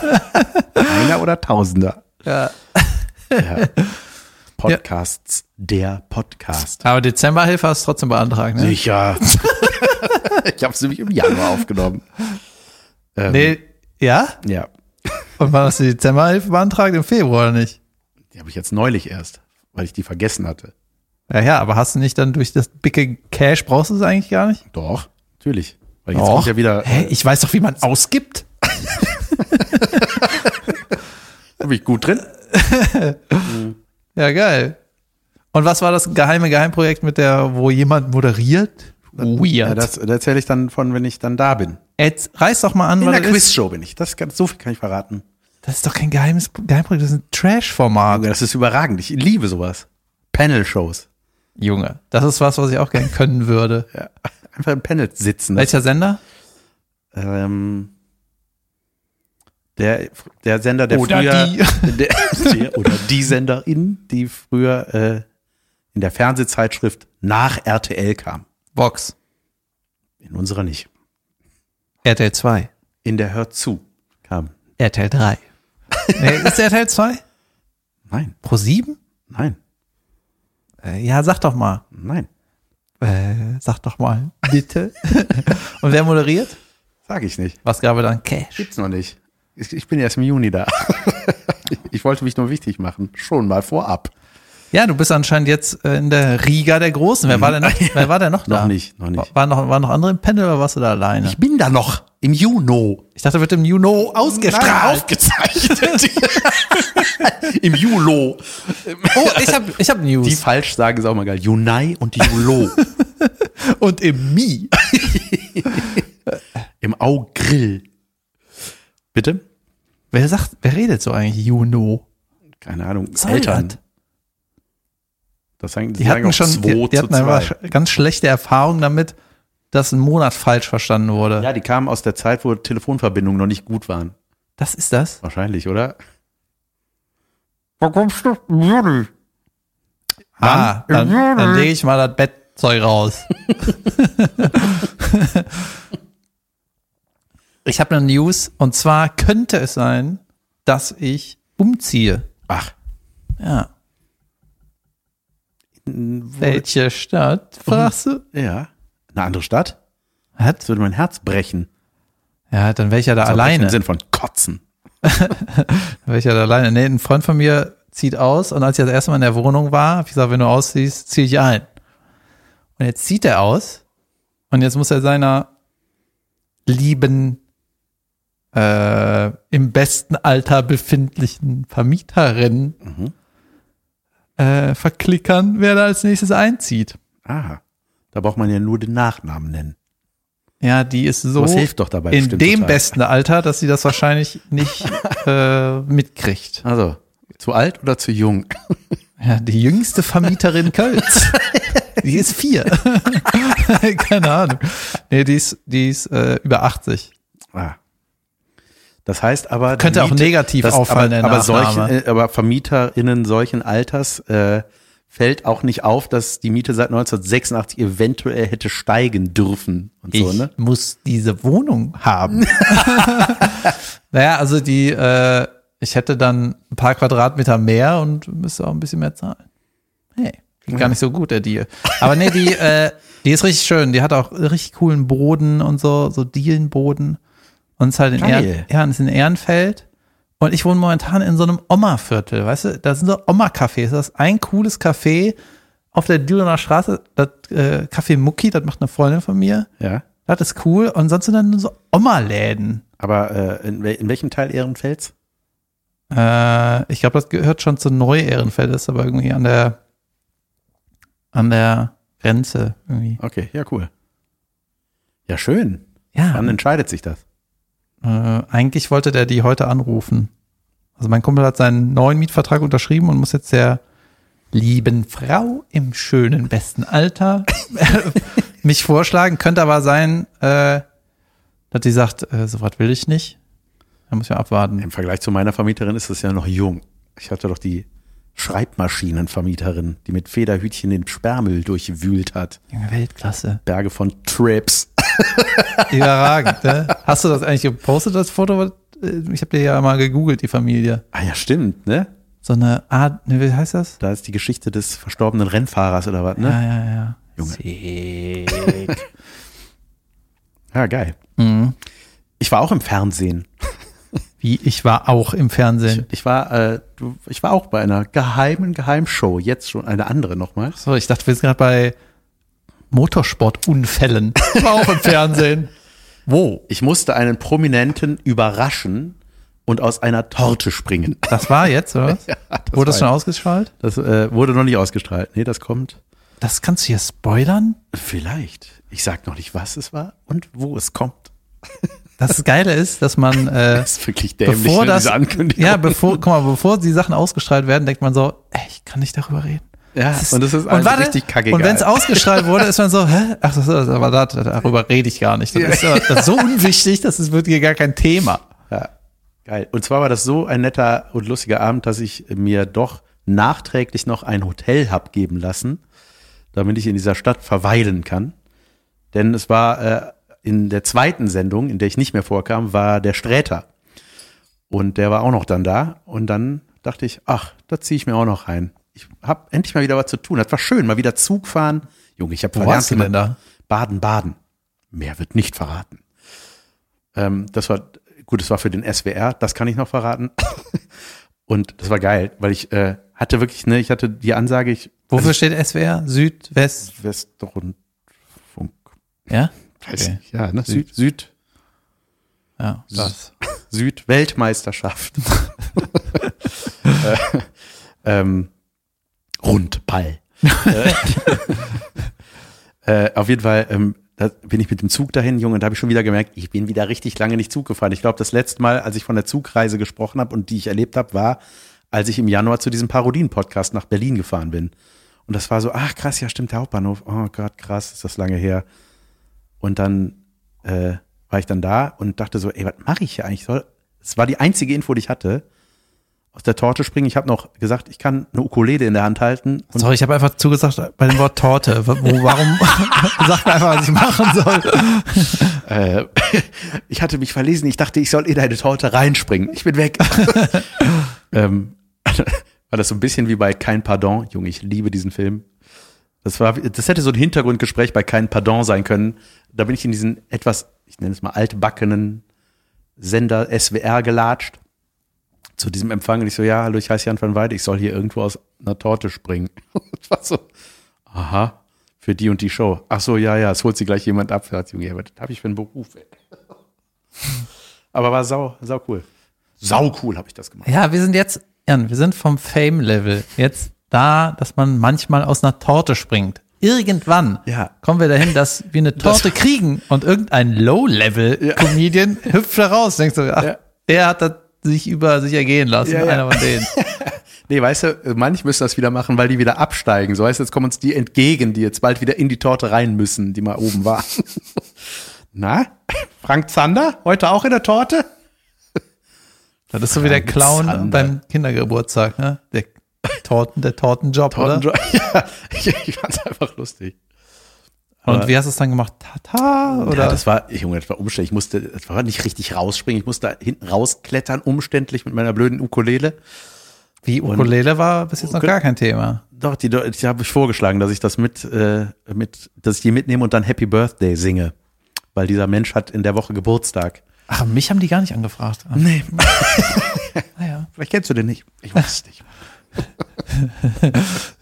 A: Einer oder Tausender.
B: Ja.
A: Ja. Podcasts, der Podcast.
B: Aber Dezemberhilfe hast du trotzdem beantragt, ne?
A: Sicher. ich habe es nämlich im Januar aufgenommen. Ähm,
B: Nee, ja?
A: Ja,
B: Und wann hast du die Dezemberhilfe beantragt? Im Februar oder nicht?
A: die habe ich jetzt neulich erst, weil ich die vergessen hatte.
B: Ja, ja, aber hast du nicht dann durch das dicke Cash brauchst du es eigentlich gar nicht?
A: Doch, natürlich. Weil jetzt kommt ja wieder,
B: Hä? Ich weiß doch, wie man ausgibt.
A: bin ich gut drin.
B: Ja, geil. Und was war das geheime Geheimprojekt mit der, wo jemand moderiert? Weird.
A: Ja, das, das erzähle ich dann von, wenn ich dann da bin.
B: Jetzt reiß doch mal an,
A: In
B: was
A: der
B: das ist.
A: Quizshow bin ich. Das kann, so viel kann ich verraten.
B: Das ist doch kein geheimes Geheimprojekt, das ist ein Trash-Format.
A: Junge, das ist überragend. Ich liebe sowas. Panel-Shows.
B: Junge, das ist was, was ich auch gerne können würde.
A: Ja. Einfach im Panel sitzen. Das,
B: Welcher Sender?
A: ähm, der, der Sender, der
B: Oder
A: früher.
B: die.
A: Der, der, oder die Senderin, die früher äh, in der Fernsehzeitschrift nach RTL kam.
B: Vox.
A: In unserer nicht.
B: RTL 2.
A: In der Hört zu kam.
B: RTL 3. nee, ist RTL 2?
A: Nein,
B: Pro 7?
A: nein,
B: Äh, ja, sag doch mal.
A: nein.
B: Äh, sag doch mal. Bitte. Und wer moderiert?
A: Sag ich nicht.
B: Was gab es dann? Cash.
A: Gibt's noch nicht. Ich ich bin erst im Juni da. Ich wollte mich nur wichtig machen. Schon mal vorab.
B: Ja, du bist anscheinend jetzt äh, in der Riga der Großen. Wer war denn noch, wer war denn noch da?
A: Mhm. Noch nicht, noch nicht.
B: War- Waren noch, waren noch andere im Panel oder warst du da alleine? Ich,
A: bin da noch im Juno.
B: dachte, wird im You Know
A: Nein,
B: ausgestrahlt.
A: aufgezeichnet. Im Julo.
B: oh, ich habe ich hab News.
A: Die falsch sagen ist auch mal geil. Junai und die Julo.
B: und im Mi.
A: Im Augrill. Bitte?
B: Wer sagt, wer redet so eigentlich You Know?
A: Keine Ahnung.
B: Soll
A: Eltern.
B: das?
A: Das sagen, das
B: Die
A: sagen
B: hatten
A: auch
B: schon
A: zwei
B: die, die
A: zu
B: hatten einfach
A: zwei.
B: sch- ganz schlechte Erfahrungen damit, dass ein Monat falsch verstanden wurde.
A: Ja, die kamen aus der Zeit, wo Telefonverbindungen noch nicht gut waren.
B: Das ist das?
A: Wahrscheinlich, oder?
C: Wo kommst du? Juri.
B: Ah, dann,
C: Ja.
B: dann lege ich mal das Bettzeug raus. ich habe eine News und zwar könnte es sein, dass ich umziehe.
A: Ach,
B: Ja.
A: wo-
B: Welche Stadt? Fragst du?
A: ja. Eine andere Stadt?
B: Hat?
A: Das würde mein Herz brechen.
B: Ja, dann wäre Um- ich ja da
A: Im
B: alleine.
A: Sinn von Kotzen.
B: Dann wär ich ja da alleine. Nee, ein Freund von mir zieht aus und als ich das erste Mal in der Wohnung war, hab ich gesagt, wenn du ausziehst, zieh ich ein. Und jetzt zieht er aus und jetzt muss er seiner lieben, äh, im besten Alter befindlichen Vermieterin
A: Mhm.
B: äh, verklickern, wer da als nächstes einzieht.
A: Aha. Da braucht man ja nur den Nachnamen nennen.
B: Ja, die ist so
A: Was hilft doch dabei
B: in
A: bestimmt
B: dem
A: total.
B: besten Alter, dass sie das wahrscheinlich nicht äh, mitkriegt.
A: Also, zu alt oder zu jung?
B: Ja, die jüngste Vermieterin Kölns. Die ist vier. Keine Ahnung. Nee, die ist, die ist äh, über 80.
A: Ah. Das heißt aber. die
B: Könnte auch
A: Miete-
B: negativ
A: das,
B: auffallen,
A: aber,
B: der
A: aber,
B: Nachname.
A: solchen, äh, aber VermieterInnen solchen Alters äh, fällt auch nicht auf, dass die Miete seit 1986 eventuell hätte steigen dürfen und so,
B: ich
A: ne?
B: muss diese Wohnung haben. naja, also die, äh, ich hätte dann ein paar Quadratmeter mehr und müsste auch ein bisschen mehr zahlen. Hey, geht gar nicht so gut, der Deal. Aber nee, die, äh, die ist richtig schön. Die hat auch richtig coolen Boden und so, so Dielenboden. Und ist halt in,
A: Geil.
B: Ehren, ja, und ist in Ehrenfeld. Und ich wohne momentan in so einem Oma-Viertel, weißt du? Da sind so Oma-Cafés. Das ist ein cooles Café auf der Dürener Straße. Das äh, Café Mucki, das macht eine Freundin von mir.
A: Ja.
B: Das ist cool. Und sonst sind dann nur so Oma-Läden.
A: Aber äh, in, wel- in welchem Teil Ehrenfels?
B: Äh, ich glaube, das gehört schon zu Neu-Ehrenfeld, ist aber irgendwie an der, an der Grenze irgendwie.
A: Okay, ja, cool. Ja, schön.
B: Ja,
A: Wann entscheidet sich das?
B: äh, eigentlich wollte der die heute anrufen. Also mein Kumpel hat seinen neuen Mietvertrag unterschrieben und muss jetzt der lieben Frau im schönen besten Alter äh, mich vorschlagen. Könnte aber sein, äh, dass die sagt, äh, so was will ich nicht. Da muss ich mal abwarten.
A: Im Vergleich zu meiner Vermieterin ist es ja noch jung. Ich hatte doch die Schreibmaschinenvermieterin, die mit Federhütchen den Sperrmüll durchwühlt hat.
B: Junge Weltklasse.
A: Berge von Trips.
B: Überragend, ne? Hast du das eigentlich gepostet, das Foto, was äh, ich habe dir ja mal gegoogelt, die Familie.
A: Ah ja, stimmt, ne?
B: So eine Art, ne, wie heißt das?
A: Da ist die Geschichte des verstorbenen Rennfahrers oder was, ne?
B: Ja, ja, ja.
A: Junge.
B: Sick.
A: Ja, geil.
B: mhm.
A: Ich war auch im Fernsehen.
B: Wie, ich war auch im
A: Ich,
B: Fernsehen.
A: ich war, äh, du- ich war auch bei einer geheimen Geheimshow, jetzt schon eine andere nochmal.
B: So, ich dachte, wir sind gerade bei Motorsportunfällen. Ich war auch im Fernsehen. Wo?
A: Ich musste einen Prominenten überraschen und aus einer Torte springen.
B: Das war jetzt, oder? was? Wurde das
A: war
B: schon ausgestrahlt?
A: Das äh, wurde noch nicht ausgestrahlt. Nee, das kommt.
B: Das kannst du hier spoilern?
A: Vielleicht. Ich sag noch nicht, was es war und wo es kommt.
B: Das Geile ist, dass man, äh,
A: Das ist wirklich dämlich,
B: bevor
A: ne,
B: das,
A: diese Ankündigung.
B: ja, bevor, guck mal, bevor die Sachen ausgestrahlt werden, denkt man so, ey, ich kann nicht darüber reden.
A: ja
B: Das
A: und das ist alles
B: warte,
A: richtig kacke.
B: Und wenn es ausgestrahlt wurde, ist man so, hä? Ach, das, das, aber das, darüber rede ich gar nicht. Das, ist, ja- das ist so unwichtig, das ist, wird hier gar kein Thema.
A: Ja, geil. Und zwar war das so ein netter und lustiger Abend, dass ich mir doch nachträglich noch ein Hotel hab geben lassen, damit ich in dieser Stadt verweilen kann. Denn es war äh, in der zweiten Sendung, in der ich nicht mehr vorkam, war der Sträter. Und der war auch noch dann da. Und dann dachte ich, ach, da ziehe ich mir auch noch rein. Ich habe endlich mal wieder was zu tun. Das war schön, mal wieder Zug fahren. Junge, ich habe
B: Wo warst du denn da?
A: Baden-Baden. Mehr wird nicht verraten. Ähm, das war, gut, das war für den SWR, das kann ich noch verraten. Und das war geil, weil ich äh, hatte wirklich, ne, ich hatte die Ansage, ich Also
B: Wofür steht SWR? Süd, West,
A: Westrundfunk,
B: ja?
A: weiß
B: Okay.
A: nicht, ja, ne? Süd, Süd,
B: Ja, das.
A: Süd Weltmeisterschaft. äh, ähm, Rundball. äh, äh, auf jeden Fall ähm, da bin ich mit dem Zug dahin, Junge, und da habe ich schon wieder gemerkt, ich bin wieder richtig lange nicht Zug gefahren. Ich glaube, das letzte Mal, als ich von der Zugreise gesprochen habe und die ich erlebt habe, war, als ich im Januar zu diesem Parodien-Podcast nach Berlin gefahren bin. Und das war so, ach krass, ja stimmt, der Hauptbahnhof. Oh Gott, krass, ist das lange her. Und dann äh, war ich dann da und dachte so, ey, was mache ich hier eigentlich? Soll- Es war die einzige Info, die ich hatte. Aus der Torte springen. Ich habe noch gesagt, ich kann eine Ukulele in der Hand halten. Und
B: Sorry, ich habe einfach zugesagt bei dem Wort Torte. Wo, warum? Sag mir einfach, was ich machen soll.
A: Äh, ich hatte mich verlesen, ich dachte, ich soll in eine Torte reinspringen. Ich bin weg. ähm, war das so ein bisschen wie bei Kein Pardon? Junge, ich liebe diesen Film. Das, war, das hätte so ein Hintergrundgespräch bei Kein Pardon sein können. Da bin ich in diesen etwas, ich nenne es mal altbackenen Sender SWR gelatscht. Zu diesem Empfang und ich so, ja, hallo, ich heiße Jan van Weide, ich soll hier irgendwo aus einer Torte springen. Das war so, aha, für die und die Show. Ach so, ja, ja, es holt sie gleich jemand ab. Sagt, Junge, was habe ich für einen Beruf? Ey? Aber war sau, sau cool. Sau cool habe ich das gemacht.
B: Ja, wir sind jetzt, Jan, wir sind vom Fame-Level jetzt da, dass man manchmal aus einer Torte springt. Irgendwann
A: Ja.
B: kommen wir dahin, dass wir eine Torte kriegen und irgendein Low-Level-Comedian hüpft da raus. Denkst du, ach,
A: Ja.
B: der hat das sich über sich ergehen lassen,
A: Ja, ja.
B: einer von denen.
A: Nee, weißt du, manche müssen das wieder machen, weil die wieder absteigen. So heißt, jetzt kommen uns die entgegen, die jetzt bald wieder in die Torte rein müssen, die mal oben war. Na, Frank Zander, heute auch in der Torte?
B: Das ist so wie der Clown
A: Zander.
B: beim Kindergeburtstag, ne? Der Torten, der Tortenjob, oder?
A: Tortenjo- Ja, ich, ich fand's einfach lustig.
B: Und wie hast du es dann gemacht? Tata? Oder?
A: Ja, das war, Junge, das war umständlich. Ich musste, das war nicht richtig rausspringen. Ich musste da hinten rausklettern, umständlich mit meiner blöden Ukulele.
B: Wie Ukulele war bis jetzt noch gar kein Thema.
A: Doch, die, die habe ich vorgeschlagen, dass ich das mit, äh, mit, dass ich die mitnehme und dann Happy Birthday singe. Weil dieser Mensch hat in der Woche Geburtstag.
B: Ach, mich haben die gar nicht angefragt. Ah,
A: Nee,
B: Naja.
A: vielleicht kennst du den nicht. Ich weiß es nicht.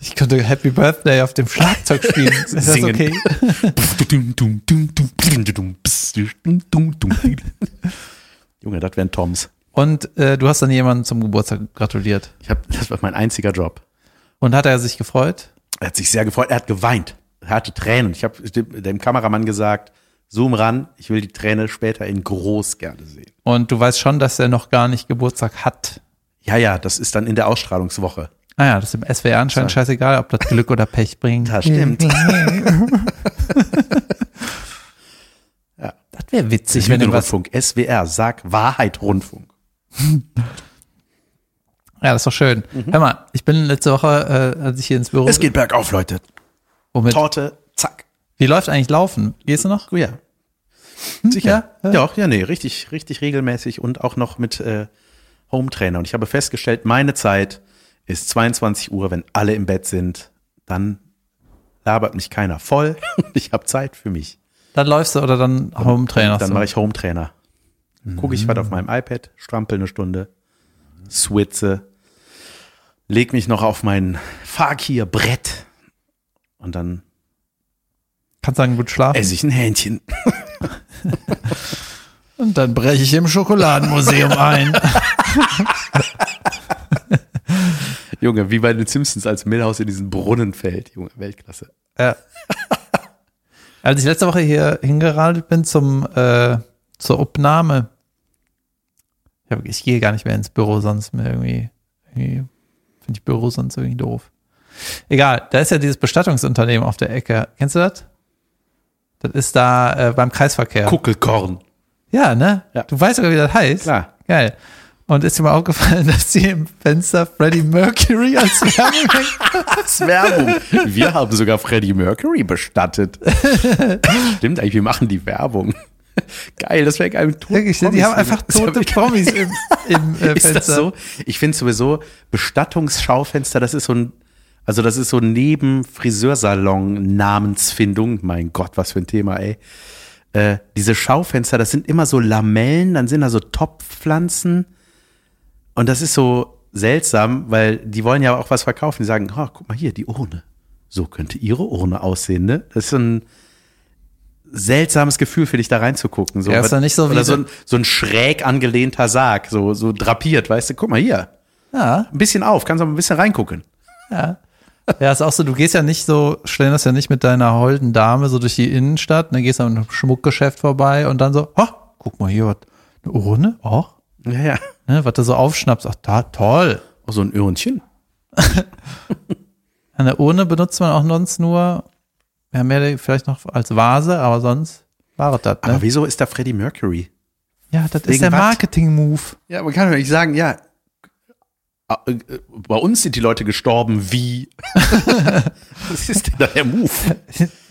B: Ich könnte Happy Birthday auf dem Schlagzeug spielen. Ist das
A: Singen.
B: okay?
A: Junge, das wären Toms.
B: Und äh, du hast dann jemandem zum Geburtstag gratuliert.
A: Ich hab, das war mein einziger Job.
B: Und hat er sich gefreut?
A: Er hat sich sehr gefreut. Er hat geweint. Er hatte Tränen. Ich habe dem, dem Kameramann gesagt, zoom ran, ich will die Träne später in groß gerne sehen.
B: Und du weißt schon, dass er noch gar nicht Geburtstag hat.
A: Ja, ja, das ist dann in der Ausstrahlungswoche.
B: Ah ja, das ist im SWR anscheinend scheißegal, ob das Glück oder Pech bringt.
A: Das stimmt.
B: Das wäre witzig, wenn du was.
A: Lügenrundfunk, SWR, sag Wahrheit Rundfunk.
B: Ja, das ist doch schön. Hör mal, ich bin letzte Woche, äh, als ich hier ins Büro.
A: Mhm.
B: oh,
A: Es geht bergauf, Leute.
B: womit,
A: Torte, zack.
B: wie läuft eigentlich Laufen? Gehst du noch?
A: Oh Ja. Sicher.
B: Ja,
A: Hm, Ja,
B: ja.
A: Doch, ja, nee, richtig, richtig regelmäßig und auch noch mit äh, Home-Trainer. Und ich habe festgestellt, meine Zeit ist 22 Uhr, wenn alle im Bett sind, dann labert mich keiner voll und ich habe Zeit für mich.
B: Dann läufst du oder dann Home Trainer.
A: Dann mache ich Home-Trainer. Gucke ich was auf meinem iPad, strampel eine Stunde, switze, leg mich noch auf mein Fakir-Brett und dann
B: Kannst sagen, gut schlafen.
A: esse ich ein Hähnchen.
B: Und dann breche ich im Schokoladenmuseum ein.
A: Junge, wie bei den Simpsons, als Milhouse in diesen Brunnen fällt. Junge, Weltklasse.
B: Ja. Als ich letzte Woche hier hingeradelt bin zum, äh, zur Obnahme, ich, hab, ich gehe gar nicht mehr ins Büro, sonst mir irgendwie, irgendwie finde ich Büro sonst irgendwie doof. Egal, da ist ja dieses Bestattungsunternehmen auf der Ecke. Kennst du das? Das ist da äh, beim Kreisverkehr.
A: Kuckelkorn.
B: Ja, ne?
A: Ja.
B: Du weißt sogar, wie das heißt.
A: Klar.
B: Geil. Und ist dir mal aufgefallen, dass sie im Fenster Freddie Mercury als Werbung hängt?
A: Werbung. Wir haben sogar Freddie Mercury bestattet. Stimmt eigentlich, wir machen die Werbung. Geil, das wäre geil. Tote
B: Wirklich, ne? die
A: Promis.
B: haben einfach
A: Das hab
B: tote
A: ich-
B: Promis im, im äh,
A: Ist das
B: Fenster.
A: so? Ich finde sowieso, Bestattungsschaufenster, das ist so ein, also das ist so neben Friseursalon Namensfindung. Mein Gott, was für ein Thema, ey. Äh, diese Schaufenster, das sind immer so Lamellen, dann sind da so Topfpflanzen. Und das ist so seltsam, weil die wollen ja auch was verkaufen. Die sagen, oh, guck mal hier, die Urne. So könnte ihre Urne aussehen, ne? Das ist so ein seltsames Gefühl für dich, da reinzugucken. So.
B: Ja, ist doch nicht so wie
A: Oder so
B: so-
A: ein, so ein schräg angelehnter Sarg, so, so drapiert, weißt du? Guck mal hier,
B: Ja,
A: ein bisschen auf, kannst aber ein bisschen reingucken.
B: ja. Ja, ist auch so, du gehst ja nicht so, stellen das ja nicht mit deiner holden Dame so durch die Innenstadt, ne, gehst an einem Schmuckgeschäft vorbei und dann so, ha, guck mal hier, was, eine Urne, auch,
A: Ja, ja.
B: ne, was du so aufschnappst, ach, da, toll.
A: Oh, so ein Öhrchen.
B: Eine Urne benutzt man auch sonst nur, ja, mehr vielleicht noch als Vase, aber sonst war es das,
A: Aber
B: ne?
A: wieso ist da Freddie Mercury?
B: Ja, das
A: wegen
B: ist der
A: was?
B: Marketing-Move.
A: Ja, man kann doch nicht sagen, ja, äh, äh, bei uns sind die Leute gestorben wie. Was ist denn da der Move?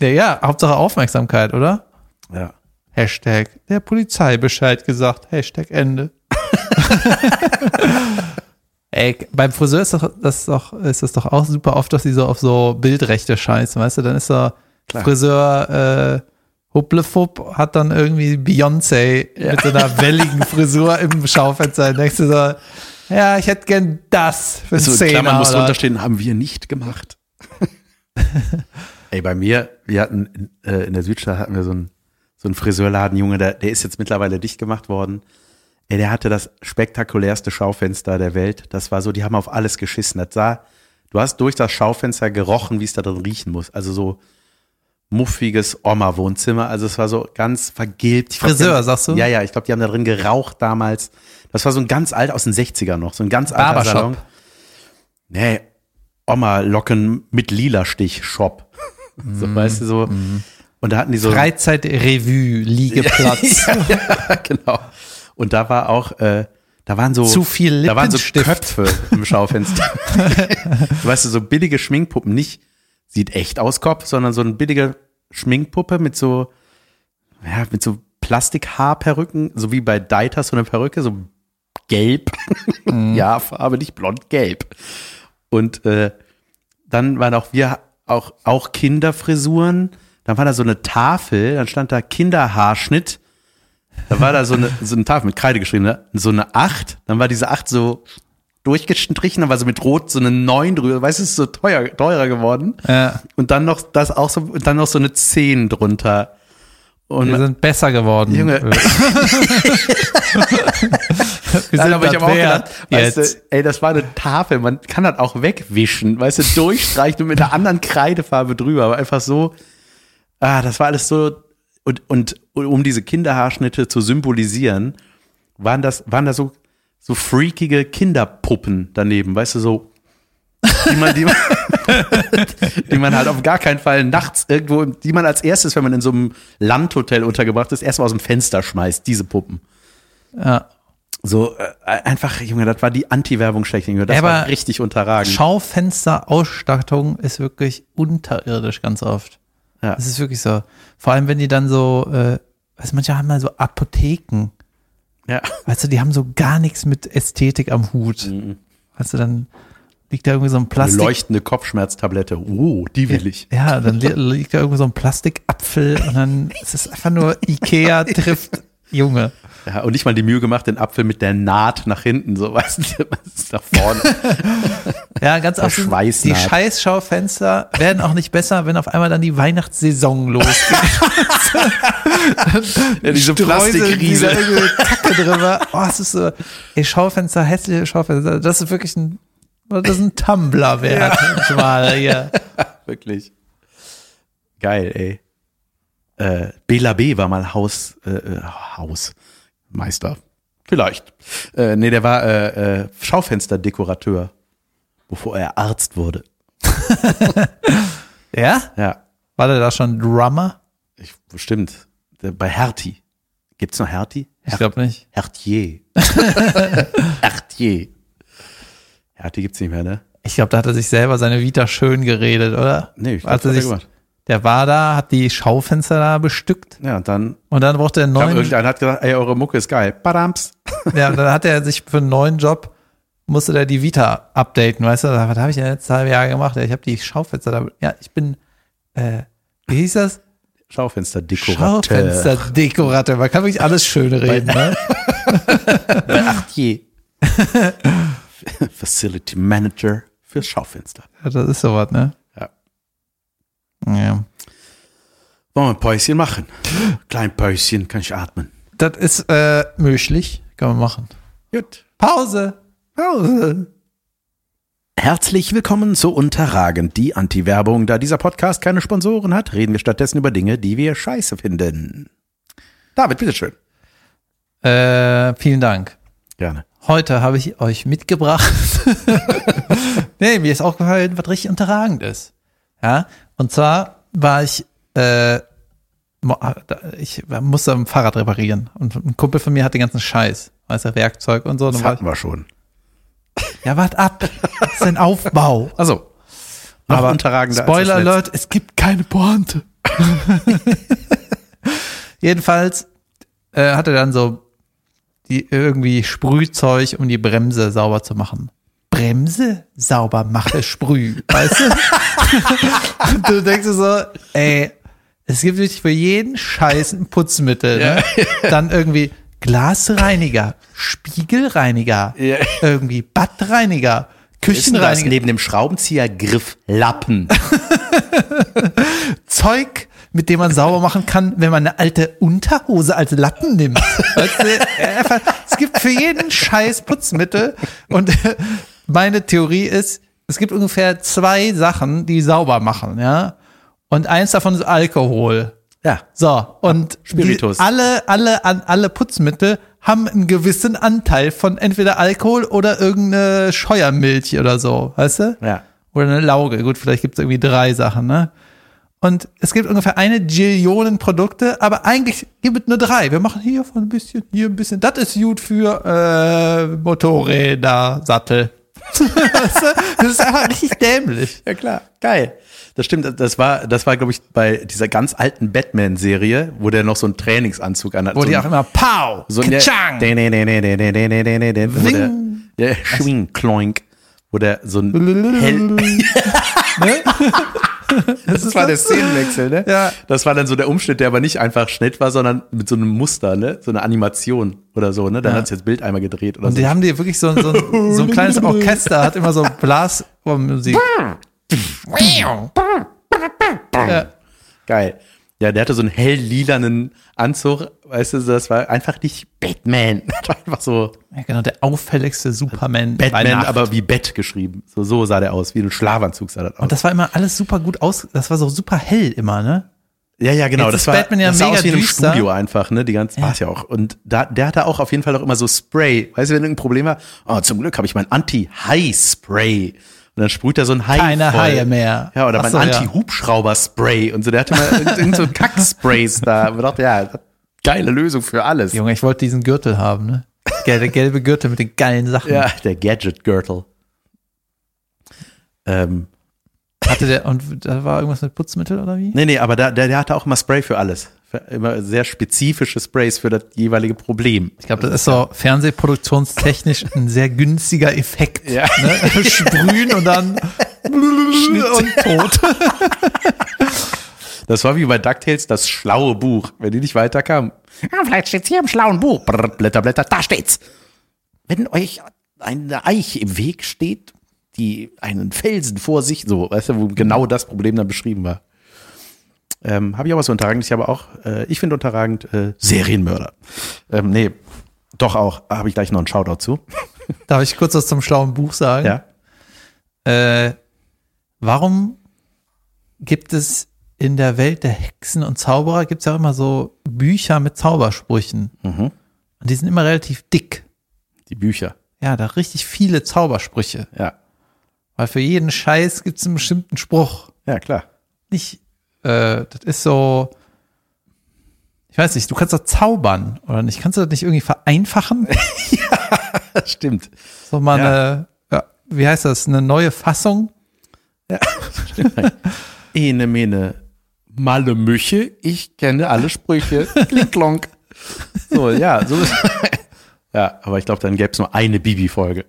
B: Ja, ja, Hauptsache Aufmerksamkeit, oder?
A: Ja.
B: Hashtag, der Polizei Bescheid gesagt. Hashtag Ende. Ey, beim Friseur ist, doch, das ist, doch, ist das doch auch super oft, dass sie so auf so Bildrechte scheißen, weißt du? Dann ist so
A: Klar.
B: Friseur äh, Hupplefupp hat dann irgendwie Beyoncé mit so einer welligen Frisur im Schaufenster. Dann denkst du so, ja, ich hätte gern das für
A: So,
B: so,
A: in Klammern
B: Zehner,
A: muss
B: oder?
A: runterstehen, haben wir nicht gemacht. Ey, bei mir, wir hatten äh, in der Südstadt hatten wir so einen, so einen Friseurladen, Junge, der, der ist jetzt mittlerweile dicht gemacht worden. Ey, der hatte das spektakulärste Schaufenster der Welt. Das war so, die haben auf alles geschissen. Das sah, du hast durch das Schaufenster gerochen, wie es da drin riechen muss. Also so muffiges Oma-Wohnzimmer. Also es war so ganz vergilbt. Ich glaub,
B: Friseur,
A: die haben-
B: sagst du?
A: Ah Ja, ja, ich glaube, die haben da drin geraucht damals. Das war so ein ganz alt aus den 60ern noch, so ein ganz alter
B: Barbershop.
A: Salon. Nee, Oma-Locken mit lila Stich-Shop. so,
B: Mhm.
A: weißt du, so. Und da hatten die so.
B: Freizeitrevue, Liegeplatz.
A: Ja, genau. Und da war auch, äh, da waren so.
B: Zu viel
A: Da waren so
B: Lippenstift.
A: Köpfe im Schaufenster. weißt du, so billige Schminkpuppen. Nicht sieht echt aus Kopf, sondern so eine billige Schminkpuppe mit so, ja, mit so Plastikhaarperücken, so wie bei Deiters so eine Perücke, so gelb.
B: Mhm.
A: ja, Farbe, nicht blond, gelb. Und äh, dann waren auch wir auch, auch Kinderfrisuren. Dann war da so eine Tafel, dann stand da Kinderhaarschnitt. Da war da so eine, so eine Tafel mit Kreide geschrieben, ne? so eine Acht. Dann war diese Acht so durchgestrichen, dann war so mit Rot so eine Neun drüber. Weißt du, es ist so teuer, teurer geworden.
B: Ja,
A: Und dann noch das auch so, und dann noch so eine Zehn drunter. Und
B: wir sind besser geworden.
A: Junge.
B: wir
A: Nein,
B: sind
A: aber ich
B: das
A: habe auch
B: wert
A: gedacht, weißt
B: jetzt.
A: du, ey, das war eine Tafel, man kann das auch wegwischen, weißt du, durchstreichen und mit einer anderen Kreidefarbe drüber, aber einfach so, ah, das war alles so, und, und, und um diese Kinderhaarschnitte zu symbolisieren, waren das, waren da so, so freakige Kinderpuppen daneben, weißt du, so, die man, die man, die man halt auf gar keinen Fall nachts irgendwo, die man als erstes, wenn man in so einem Landhotel untergebracht ist, erstmal aus dem Fenster schmeißt, diese Puppen.
B: Ja.
A: So äh, einfach, Junge, das war die Anti-Werbung schlechthin. Junge. Das
B: Aber
A: war richtig unterragend.
B: Schaufensterausstattung ist wirklich unterirdisch ganz oft.
A: Ja.
B: Das ist wirklich so. Vor allem, wenn die dann so äh, weißt du, manche haben mal so Apotheken.
A: Ja.
B: Weißt du, die haben so gar nichts mit Ästhetik am Hut.
A: Mhm.
B: Weißt du, dann liegt da irgendwie so ein
A: Eine
B: Plastik.
A: leuchtende Kopfschmerztablette. Oh, die will ich.
B: Ja, dann li liegt da irgendwie so ein Plastikapfel und dann ist es einfach nur Ikea trifft Junge.
A: Ja, und nicht mal die Mühe gemacht, den Apfel mit der Naht nach hinten, so weißt du, was ist nach vorne.
B: Ja, ganz oft.
A: Schweißnaht.
B: Die Scheißschaufenster werden auch nicht besser, wenn auf einmal dann die Weihnachtssaison losgeht.
A: ja, diese
B: Streusel,
A: Plastikriese.
B: dieser irgendwie Kacke drüber. Oh, es ist so, ey, Schaufenster, hässliche Schaufenster. Das ist wirklich ein, das ist ein Tumblr wert. Mal hier.
A: Wirklich. Geil, ey. Äh, Bela B. war mal Haus, äh, äh, Hausmeister. Vielleicht. Äh, nee, der war äh, äh, Schaufensterdekorateur, bevor er Arzt wurde.
B: Ja?
A: Ja,
B: War der da schon Drummer?
A: ich, bestimmt. Der, bei Hertie. Gibt's noch Hertie?
B: Ich glaube nicht.
A: Hertier. Hertier. Hertie gibt's nicht mehr, ne?
B: Ich glaube, da hat er sich selber seine Vita schön geredet, oder?
A: Nee, ich glaub,
B: Hat
A: das
B: er
A: hat er
B: sich-
A: gemacht.
B: Der war da, hat die Schaufenster da bestückt
A: Ja, und dann
B: und dann brauchte er einen
A: kam
B: neuen.
A: irgendeiner hat gedacht, ey, eure Mucke ist geil. Badams.
B: Ja, dann hat er sich für einen neuen Job musste der die Vita updaten, weißt du? Was habe ich denn letztes halbe Jahr gemacht? Ja, Ich habe die Schaufenster da. Ja, ich bin, äh, wie hieß das?
A: Schaufensterdekorateur.
B: Schaufensterdekorateur. Man kann wirklich alles schön reden, ne?
A: Cartier. Facility Manager für Schaufenster.
B: Ja, das ist sowas, ne?
A: Ja.
B: Ja.
A: Wollen wir ein Päuschen machen? Klein Päuschen, kann ich atmen.
B: Das ist äh, möglich. Kann man machen.
A: Gut.
B: Pause. Pause.
A: Herzlich willkommen zu Unterragend, die Anti-Werbung. Da dieser Podcast keine Sponsoren hat, reden wir stattdessen über Dinge, die wir scheiße finden. David, bitteschön.
B: Äh, vielen Dank.
A: Gerne.
B: Heute habe ich euch mitgebracht. nee, mir ist auch gefallen, was richtig unterragend ist. Ja, und zwar war ich, äh, mo- ah, ich musste ein Fahrrad reparieren und ein Kumpel von mir hat den ganzen Scheiß, weißt du, Werkzeug und so.
A: Das
B: Dann war ich,
A: hatten wir schon.
B: ja, wart ab, das ist ein Aufbau.
A: Also, noch
B: Aber
A: unterragender
B: Spoiler
A: als das
B: Alert, es gibt keine Pointe. Jedenfalls äh, hatte dann so die irgendwie Sprühzeug, um die Bremse sauber zu machen. Bremse sauber mache Sprüh, weißt du? Und du denkst dir so, ey, es gibt wirklich für jeden Scheiß ein Putzmittel. Ne? Dann irgendwie Glasreiniger, Spiegelreiniger,
A: Ja.
B: irgendwie Badreiniger,
A: Letzte. Ist denn das
B: Küchenreiniger.
A: neben dem Schraubenzieher Grifflappen?
B: Zeug, mit dem man sauber machen kann, wenn man eine alte Unterhose als Lappen nimmt. Weißt du, einfach, es gibt für jeden Scheiß Putzmittel. Und äh, meine Theorie ist, es gibt ungefähr zwei Sachen, die sauber machen, ja. Und eins davon ist Alkohol.
A: Ja.
B: So, und
A: Spiritus.
B: Die, alle, alle, an, alle Putzmittel haben einen gewissen Anteil von entweder Alkohol oder irgendeine Scheuermilch oder so, weißt du?
A: Ja.
B: Oder eine Lauge. Gut, vielleicht gibt's irgendwie drei Sachen, ne? Und es gibt ungefähr eine Gillionen Produkte, aber eigentlich gibt es nur drei. Wir machen hier von ein bisschen, hier ein bisschen. Das ist gut für äh, Motorräder, Sattel. Weißt du? das ist einfach richtig dämlich.
A: Ja klar, geil. Das stimmt, das war, das war, glaube ich, bei dieser ganz alten Batman-Serie, wo der noch so einen Trainingsanzug anhat.
B: Wo
A: so
B: die
A: ein-
B: auch immer Pow,
A: so ein-
B: Kachang.
A: Nee, nee, nee, nee, nee, nee, nee, nee, nee, nee, wo der,
B: Wing.
A: der Schwing, Kloink, wo der so ein hell,
B: Ne?
A: das war der Szenenwechsel, ne?
B: Ja.
A: Das war dann so der Umschnitt, der aber nicht einfach Schnitt war, sondern mit so einem Muster, ne? So eine Animation oder so, ne? Dann hat's jetzt Bild einmal gedreht oder
B: Und
A: so.
B: die haben dir wirklich so, so, ein- so ein kleines Orchester, hat immer so Blasmusik. ja,
A: Geil. Ja, der hatte so einen hell lilanen Anzug, weißt du, das war einfach nicht Batman. Das war einfach so
B: Ja, genau, der auffälligste Superman. bei
A: Batman,
B: Nacht.
A: aber wie Bett geschrieben. So, so sah der aus, wie ein Schlafanzug sah das aus.
B: Und das war immer alles super gut aus, das war so super hell immer, ne?
A: ja, ja, genau.
B: jetzt
A: Das
B: ist
A: war,
B: Batman ja
A: das sah
B: mega
A: aus wie in einem
B: düster.
A: Studio einfach, ne? Die ganze, war's ja auch. Und da, der hatte auch auf jeden Fall auch immer so Spray. Weißt du, wenn irgendein Problem war, oh, zum Glück habe ich mein Anti-High-Spray. Und dann sprüht er so ein Hai.
B: Keine
A: voll.
B: Haie mehr.
A: Ja, oder
B: Ach
A: mein
B: so, ja.
A: Anti-Hubschrauber-Spray. Und so, der hatte mal irgend, irgend so Kacksprays da. Und man dachte, ja, geile Lösung für alles.
B: Junge, ich wollte diesen Gürtel haben, ne? Der, der gelbe Gürtel mit den geilen Sachen.
A: Ja, der Gadget-Gürtel. Ähm,
B: Hatte der, und da war irgendwas mit Putzmittel oder wie?
A: Nee, nee, aber da, der, der hatte auch immer Spray für alles. für immer sehr spezifische Sprays für das jeweilige Problem.
B: Ich glaube, das ist so fernsehproduktionstechnisch ein sehr günstiger Effekt.
A: Ja.
B: Ne? Sprühen und dann und tot.
A: Das war wie bei DuckTales, das schlaue Buch, wenn die nicht weiterkam.
D: Ah, vielleicht steht's hier im schlauen Buch.
A: Brr, Blätter, Blätter, da steht's. Wenn euch eine Eiche im Weg steht, die einen Felsen vor sich, so, weißt du, wo genau das Problem dann beschrieben war. Ähm, habe ich auch was unterragend. Ich habe auch, äh, ich finde unterragend äh, Serienmörder. Ähm, nee, doch auch, habe ich gleich noch einen Shoutout zu.
B: Darf ich kurz was zum schlauen Buch sagen?
A: Ja.
B: Äh, warum gibt es in der Welt der Hexen und Zauberer gibt es ja auch immer so Bücher mit Zaubersprüchen.
A: Mhm.
B: Und die sind immer relativ dick.
A: Die Bücher.
B: Ja, da richtig viele Zaubersprüche.
A: Ja.
B: Weil für jeden Scheiß gibt es einen bestimmten Spruch.
A: Ja, klar.
B: Nicht, äh, das ist so. Ich weiß nicht, du kannst doch zaubern, oder nicht? Kannst du das nicht irgendwie vereinfachen?
A: Das stimmt.
B: So mal
A: Ja.
B: eine, ja, wie heißt das, eine neue Fassung?
A: Ene mene malle Müche, ich kenne alle Sprüche. Kling klonk. So, ja, so ist Ja, aber ich glaube, dann gäbe es nur eine Bibi-Folge.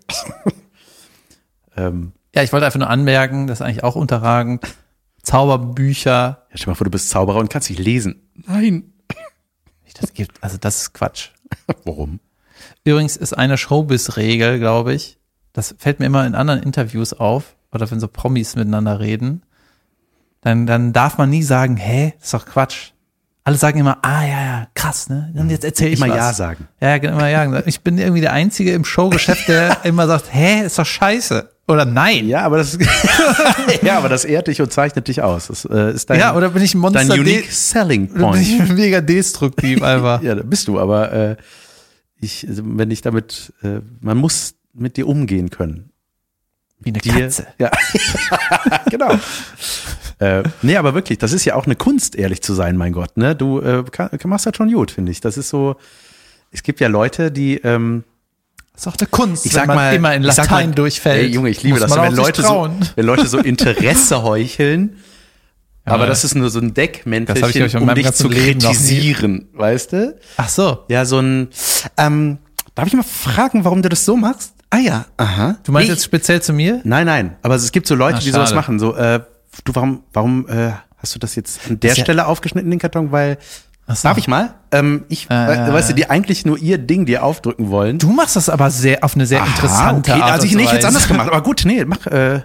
A: ähm,
B: Ja, ich wollte einfach nur anmerken, das ist eigentlich auch unterragend. Zauberbücher,
A: ja, stell dir mal vor, du bist Zauberer und kannst nicht lesen. Nein.
B: das gibt, also das ist Quatsch.
A: Warum?
B: Übrigens ist eine Showbiz-Regel, glaube ich, das fällt mir immer in anderen Interviews auf, oder wenn so Promis miteinander reden, dann, dann darf man nie sagen, hä, ist doch Quatsch. Alle sagen immer, ah ja, ja, krass, ne? Und jetzt erzähl ich
A: Mhm. Immer
B: was.
A: Ja sagen.
B: Ja, genau, immer ja. Ich bin irgendwie der Einzige im Showgeschäft, der immer sagt, hä, ist doch scheiße. Oder nein.
A: Ja, aber das, ja, aber das ehrt dich und zeichnet dich aus. Das äh, ist dein,
B: Ja, oder bin ich ein
A: dein
B: Monster?
A: unique
B: De-
A: selling
B: oder bin
A: point.
B: ich mega destruktiv einfach.
A: Ja, da bist du, aber äh, ich, also, wenn ich damit, äh, man muss mit dir umgehen können.
B: Wie eine
A: dir.
B: Katze.
A: Ja, genau. äh, nee, aber wirklich, das ist ja auch eine Kunst, ehrlich zu sein, mein Gott. Ne? Du äh, kann, machst das schon gut, finde ich. Das ist so, es gibt ja Leute, die, ähm,
B: Das ist doch eine Kunst,
A: ich
B: wenn
A: sag
B: man
A: mal,
B: immer in
A: ich sag
B: Latein
A: mal-
B: durchfällt.
A: Ey, Junge, ich liebe
B: Äh, Muss
A: das, wenn
B: man auch sich
A: Leute, so,
B: trauen.
A: wenn Leute so Interesse heucheln, aber das ist nur so ein
B: Das hab ich, glaub
A: Deckmäntelchen,
B: ich, in
A: um
B: meinem
A: dich
B: ganzen
A: zu
B: Leben noch nie-
A: kritisieren, weißt du?
B: Ach so,
A: Ja, so ein, ähm, darf ich mal fragen, warum du das so machst? Ah ja, aha.
B: du meinst
A: Nee,
B: jetzt speziell zu mir?
A: Nein, nein. Aber es gibt so Leute,
B: Ah,
A: die sowas
B: schade.
A: machen. So, äh, du, warum, warum äh, hast du das jetzt an der
B: Ist ja-
A: Stelle aufgeschnitten, den Karton? Weil,
B: Ach so.
A: darf ich mal? Ähm, ich,
B: Äh.
A: we- weißt du, die eigentlich nur ihr Ding dir aufdrücken wollen.
B: Du machst das aber sehr auf eine sehr
A: Aha,
B: interessante
A: okay.
B: Art.
A: Also ich
B: und
A: nicht jetzt
B: Weise.
A: anders gemacht. Aber gut, nee, mach. Äh,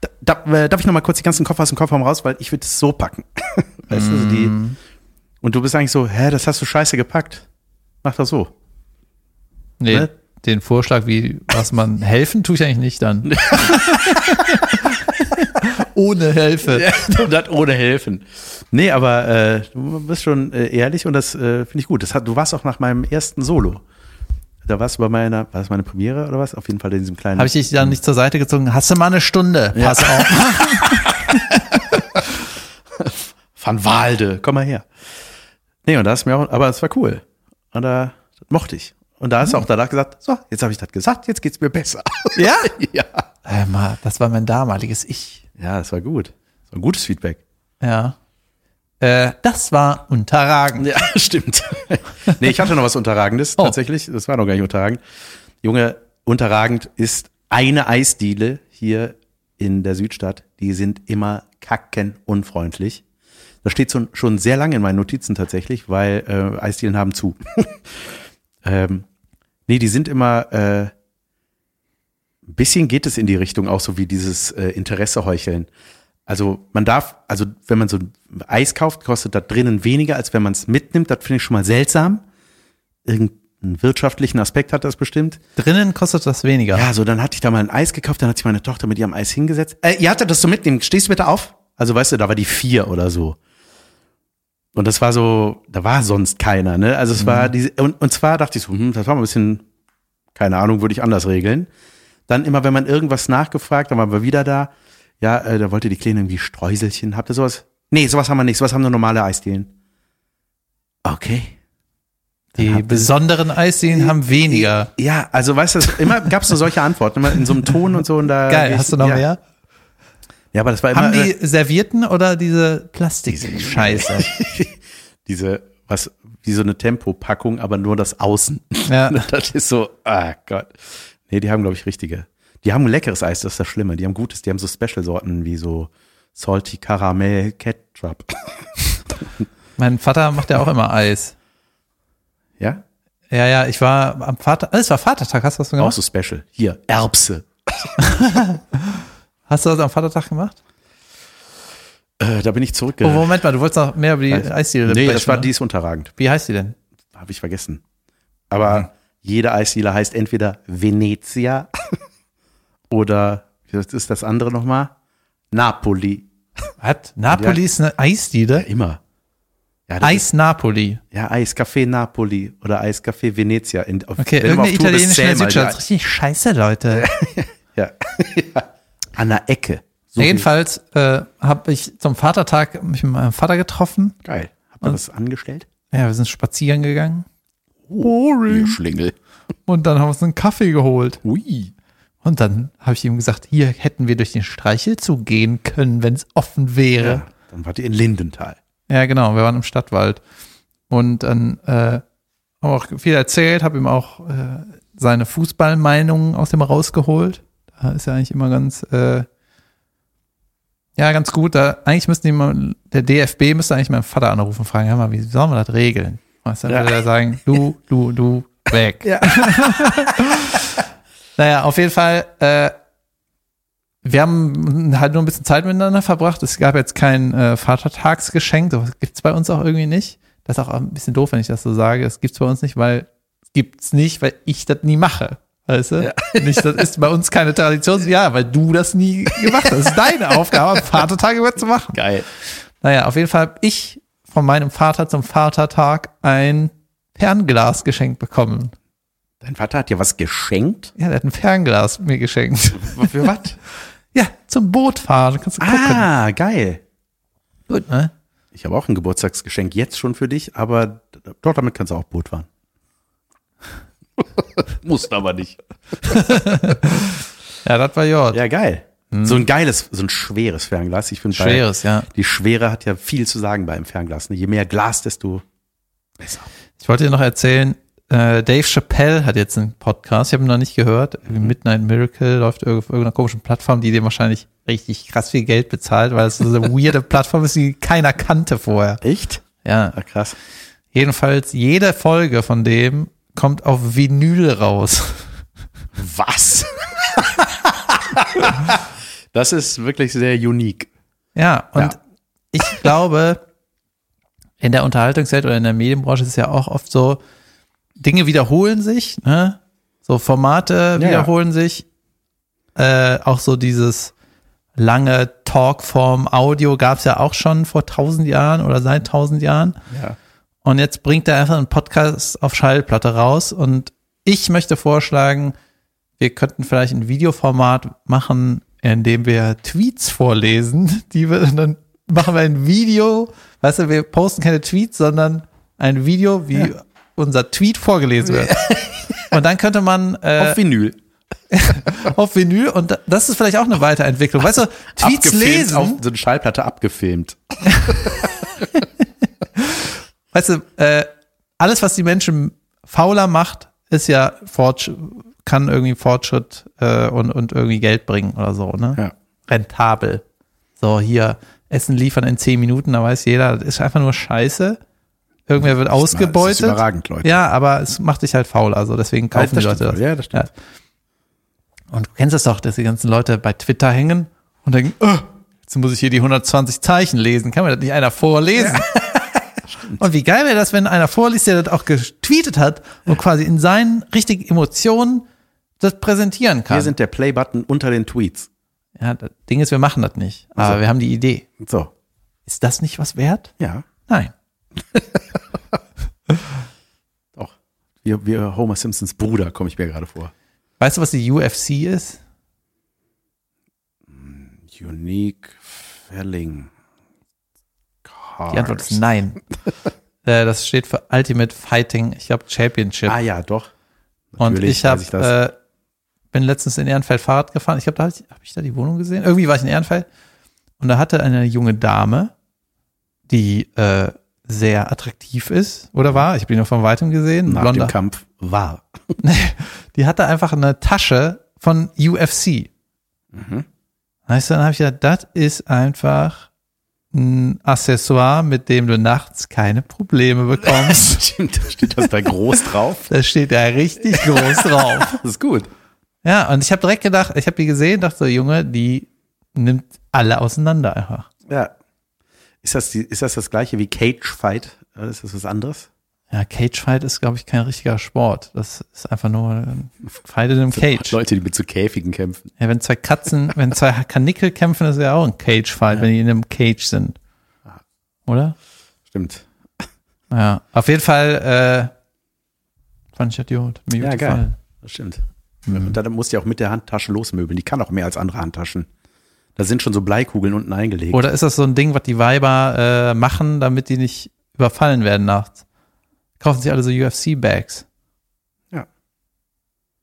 A: da, da, äh, darf ich noch mal kurz die ganzen Koffer aus dem Kofferraum raus, weil ich würde es so packen. weißt du, so die.
B: Mm.
A: Und du bist eigentlich so, hä, das hast du scheiße gepackt. Mach das so.
B: Nee,
A: Ne?
B: den Vorschlag, wie was man helfen, tue ich eigentlich nicht dann. Ohne Hilfe.
A: und das ohne helfen. Nee, aber äh, du bist schon äh, ehrlich und das äh, finde ich gut. Das hat, du warst auch nach meinem ersten Solo. Da warst du bei meiner, war das meine Premiere oder was? Auf jeden Fall in diesem kleinen.
B: Habe ich dich dann nicht zur Seite gezogen? Hast du mal eine Stunde? Pass auf.
A: Van Walde, komm mal her. Nee, und da ist mir auch, aber es war cool. Und da das mochte ich. Und da hast du auch danach gesagt, so, jetzt habe ich das gesagt, jetzt geht's mir besser.
B: Ja?
A: ja.
B: Ey, Mann, das war mein damaliges Ich.
A: Ja, das war gut. So ein gutes Feedback.
B: Ja. Äh, das war unterragend.
A: Ja, stimmt. nee, ich hatte noch was Unterragendes,
B: Oh.
A: tatsächlich. Das war noch gar nicht unterragend. Junge, unterragend ist eine Eisdiele hier in der Südstadt. Die sind immer kackenunfreundlich. Das steht schon, schon sehr lange in meinen Notizen tatsächlich, weil äh, Eisdielen haben zu. ähm, nee, die sind immer äh, ein bisschen geht es in die Richtung auch so wie dieses äh, Interesse heucheln. Also man darf, also wenn man so ein Eis kauft, kostet da drinnen weniger, als wenn man es mitnimmt. Das finde ich schon mal seltsam. Irgendeinen wirtschaftlichen Aspekt hat das bestimmt.
B: Drinnen kostet das weniger.
A: Ja, so dann hatte ich da mal ein Eis gekauft, dann hat sich meine Tochter mit ihrem Eis hingesetzt. Äh, ihr hattet das zum Mitnehmen, stehst du bitte auf? Also weißt du, da war die vier oder so. Und das war so, da war sonst keiner, ne? Also es
B: Mhm.
A: war diese, und, und zwar dachte ich so, hm, das war mal ein bisschen, keine Ahnung, würde ich anders regeln. Dann immer, wenn man irgendwas nachgefragt, dann waren wir wieder da. Ja, äh, da wollte die Kleine irgendwie Streuselchen. Habt ihr sowas? Nee, sowas haben wir nicht, sowas haben nur normale Eisdielen. Okay.
B: Die besonderen Eisdielen haben weniger.
A: Ja, also weißt du, es- immer gab es nur solche Antworten, immer in so einem Ton und so. Und da
B: Geil, hast du noch
A: äh, ja.
B: mehr?
A: Ja, aber das war immer.
B: Haben
A: äh,
B: die Servierten oder diese Plastikscheiße?
A: diese, was, wie so eine Tempopackung, aber nur das Außen.
B: Ja.
A: das ist so, ah Gott. Nee, die haben, glaube ich, richtige. Die haben leckeres Eis, das ist das Schlimme. Die haben gutes, die haben so Special-Sorten wie so Salty Caramel Ketchup.
B: Mein Vater macht ja auch immer Eis.
A: Ja?
B: Ja, ja, ich war am Vater, ah, es war Vatertag, hast du das
A: Auch
B: gemacht?
A: so Special. Hier, Erbse.
B: Hast du das am Vatertag gemacht?
A: Äh, da bin ich
B: Oh,
A: zurückgegangen.
B: Moment mal, du wolltest noch mehr über die Eisdiele
A: nee, das
B: sprechen,
A: war,
B: ne?
A: die ist unterragend.
B: Wie heißt die denn?
A: Habe ich vergessen. Aber jede Eisdiele heißt entweder Venezia oder was ist das andere nochmal? Napoli.
B: Hat Napoli
A: Ja.
B: ist eine Eisdiele?
A: Immer. Ja, das ist-
B: Eis Napoli.
A: ja Eiscafé Napoli oder Eiscafé Venezia. In, auf,
B: Okay,
A: wenn du mal
B: irgendeine
A: auf Tour bist,
B: italienische
A: zähl mal
B: Südstadt. Das
A: die-
B: ist richtig scheiße, Leute.
A: Ja. ja. An der Ecke. So
B: Ja, Jedenfalls äh, habe ich zum Vatertag mich mit meinem Vater getroffen.
A: viel- Geil. Habt ihr das angestellt?
B: Ja, wir sind spazieren gegangen
A: Boring. Schlingel.
B: und dann haben wir uns einen Kaffee geholt.
A: Ui.
B: Und dann habe ich ihm gesagt, hier hätten wir durch den Streichelzoo gehen können, wenn es offen wäre.
A: Ja. Dann wart ihr in Lindenthal.
B: Ja. genau, wir waren im Stadtwald. Und dann äh, haben wir auch viel erzählt, habe ihm auch äh, seine Fußballmeinungen aus dem rausgeholt. Da ist er eigentlich immer ganz, äh, ja, ganz gut. Da, eigentlich müssten die mal, der DFB müsste eigentlich meinen Vater anrufen und fragen, hör mal, wie sollen wir das regeln? Weißt du, dann
A: Ja.
B: würde er sagen, du, du, du, weg.
A: Ja.
B: naja, auf jeden Fall, äh, wir haben halt nur ein bisschen Zeit miteinander verbracht. Es gab jetzt kein äh, Vatertagsgeschenk. Das gibt's bei uns auch irgendwie nicht. Das ist auch ein bisschen doof, wenn ich das so sage. Das gibt's bei uns nicht, weil gibt's nicht, weil ich das nie mache. Weißt du? Nicht, das ist bei uns keine Tradition. Ja, weil du das nie gemacht hast. Das ist deine Aufgabe, am Vatertag über zu machen.
A: Geil.
B: Naja, auf jeden Fall habe ich von meinem Vater zum Vatertag ein Fernglas geschenkt bekommen.
A: Dein Vater hat dir was geschenkt?
B: Ja, der hat ein Fernglas mir geschenkt.
A: Für was?
B: Ja, zum Bootfahren. Kannst du gucken.
A: ah, geil.
B: Gut, ne?
A: Ich habe auch ein Geburtstagsgeschenk jetzt schon für dich, aber dort damit kannst du auch Boot fahren. Musst aber nicht.
B: Ja, das war Jord.
A: Ja, geil. So ein geiles, so ein schweres Fernglas. Ich finde
B: Hm. Schweres, ja.
A: Bei, die Schwere hat ja viel zu sagen bei einem Fernglas. Ne? Je mehr Glas, desto besser.
B: Ich wollte dir noch erzählen, äh, Dave Chappelle hat jetzt einen Podcast, ich habe ihn noch nicht gehört. Irgendwie Midnight Miracle läuft irg- auf irgendeiner komischen Plattform, die dem wahrscheinlich richtig krass viel Geld bezahlt, weil es so eine weirde Plattform ist, die keiner kannte vorher.
A: Echt?
B: Ja.
A: Ah, krass.
B: Jedenfalls, jede Folge von dem kommt auf Vinyl raus.
A: Was? das ist wirklich sehr unique.
B: Ja, und
A: Ja.
B: ich glaube, in der Unterhaltungswelt oder in der Medienbranche ist es ja auch oft so, Dinge wiederholen sich, ne? So Formate
A: Ja, ja.
B: wiederholen sich. Äh, auch so dieses lange Talkform Audio gab's ja auch schon vor tausend Jahren oder seit tausend Jahren.
A: Ja.
B: Und jetzt bringt er einfach einen Podcast auf Schallplatte raus. Und ich möchte vorschlagen, wir könnten vielleicht ein Videoformat machen, in dem wir Tweets vorlesen, die wir und dann machen wir ein Video. Weißt du, wir posten keine Tweets, sondern ein Video, wie unser Tweet vorgelesen wird. Und dann könnte man äh,
A: Auf Vinyl.
B: auf, Vinyl und da- das ist vielleicht auch eine Weiterentwicklung. Weißt du, Tweets
A: Abgefilmt
B: lesen.
A: Auf so eine Schallplatte abgefilmt.
B: Weißt du, äh, alles, was die Menschen fauler macht, ist ja Fortsch kann irgendwie Fortschritt äh, und, und irgendwie Geld bringen oder so, ne?
A: Ja.
B: Rentabel. So, hier, Essen liefern in zehn Minuten, da weiß jeder, das ist einfach nur scheiße. Irgendwer wird
A: Das ist mal- Das
B: ausgebeutet.
A: ist überragend, Leute.
B: Ja, aber es macht dich halt faul, also deswegen kaufen
A: das
B: die Leute
A: stimmt
B: das.
A: wohl. Ja, das stimmt.
B: Und du kennst das doch, dass die ganzen Leute bei Twitter hängen und denken, oh, jetzt muss ich hier die 120 Zeichen lesen, kann mir das nicht einer vorlesen? und wie geil wäre das, wenn einer vorliest, der das auch getweetet hat und quasi in seinen richtigen Emotionen das präsentieren kann.
A: Hier sind der Play-Button unter den Tweets.
B: ja, das Ding ist, wir machen das nicht, aber
A: so.
B: wir haben die Idee.
A: So,
B: Ist das nicht was wert?
A: ja,
B: Nein.
A: doch. Wir, wir Homer Simpsons Bruder komme ich mir gerade vor.
B: Weißt du, was die UFC ist?
A: Unique Felling. Cars.
B: Die Antwort ist nein. Ah, äh, das steht für Ultimate Fighting, ich glaube Championship.
A: Ah ja, doch.
B: Und
A: Natürlich
B: ich
A: weiß
B: habe,
A: ich das.
B: äh, bin letztens in Ehrenfeld Fahrrad gefahren. Ich glaube, da habe ich, hab ich da die Wohnung gesehen. Irgendwie war ich in Ehrenfeld und da hatte eine junge Dame, die äh, sehr attraktiv ist oder war. Ich habe die noch von weitem gesehen.
A: nach
B: Hm, Blonder.
A: dem Kampf war.
B: Die hatte einfach eine Tasche von UFC.
A: Mhm.
B: Weißt du, dann habe ich gedacht, das ist einfach ein Accessoire, mit dem du nachts keine Probleme bekommst.
A: Stimmt, da steht das da groß drauf.
B: da steht ja richtig groß drauf.
A: Das ist gut.
B: Ja, und ich habe direkt gedacht, ich habe die gesehen, dachte so, Junge, die nimmt alle auseinander einfach.
A: Ja. Ist das, die, ist das das gleiche wie Cage Fight? Oder Ist das was anderes?
B: Ja, Cagefight ist, glaube ich, kein richtiger Sport. Das ist einfach nur ein Fight in einem Cage.
A: Leute, die mit so Käfigen kämpfen.
B: Ja, wenn zwei Katzen, wenn zwei Kanickel kämpfen, ist ja auch ein Cagefight, wenn die in einem Cage sind. Oder?
A: Stimmt.
B: Ja. Auf jeden Fall äh, fand ich das gut. Mir gut
A: Ja, geil.
B: gefallen.
A: Das stimmt. Und dann musst du ja auch mit der Handtasche losmöbeln. Die kann auch mehr als andere Handtaschen. Da sind schon so Bleikugeln unten eingelegt.
B: Oder ist das so ein Ding, was die Weiber äh, machen, damit die nicht überfallen werden nachts? Kaufen sich alle so UFC-Bags.
A: Ja.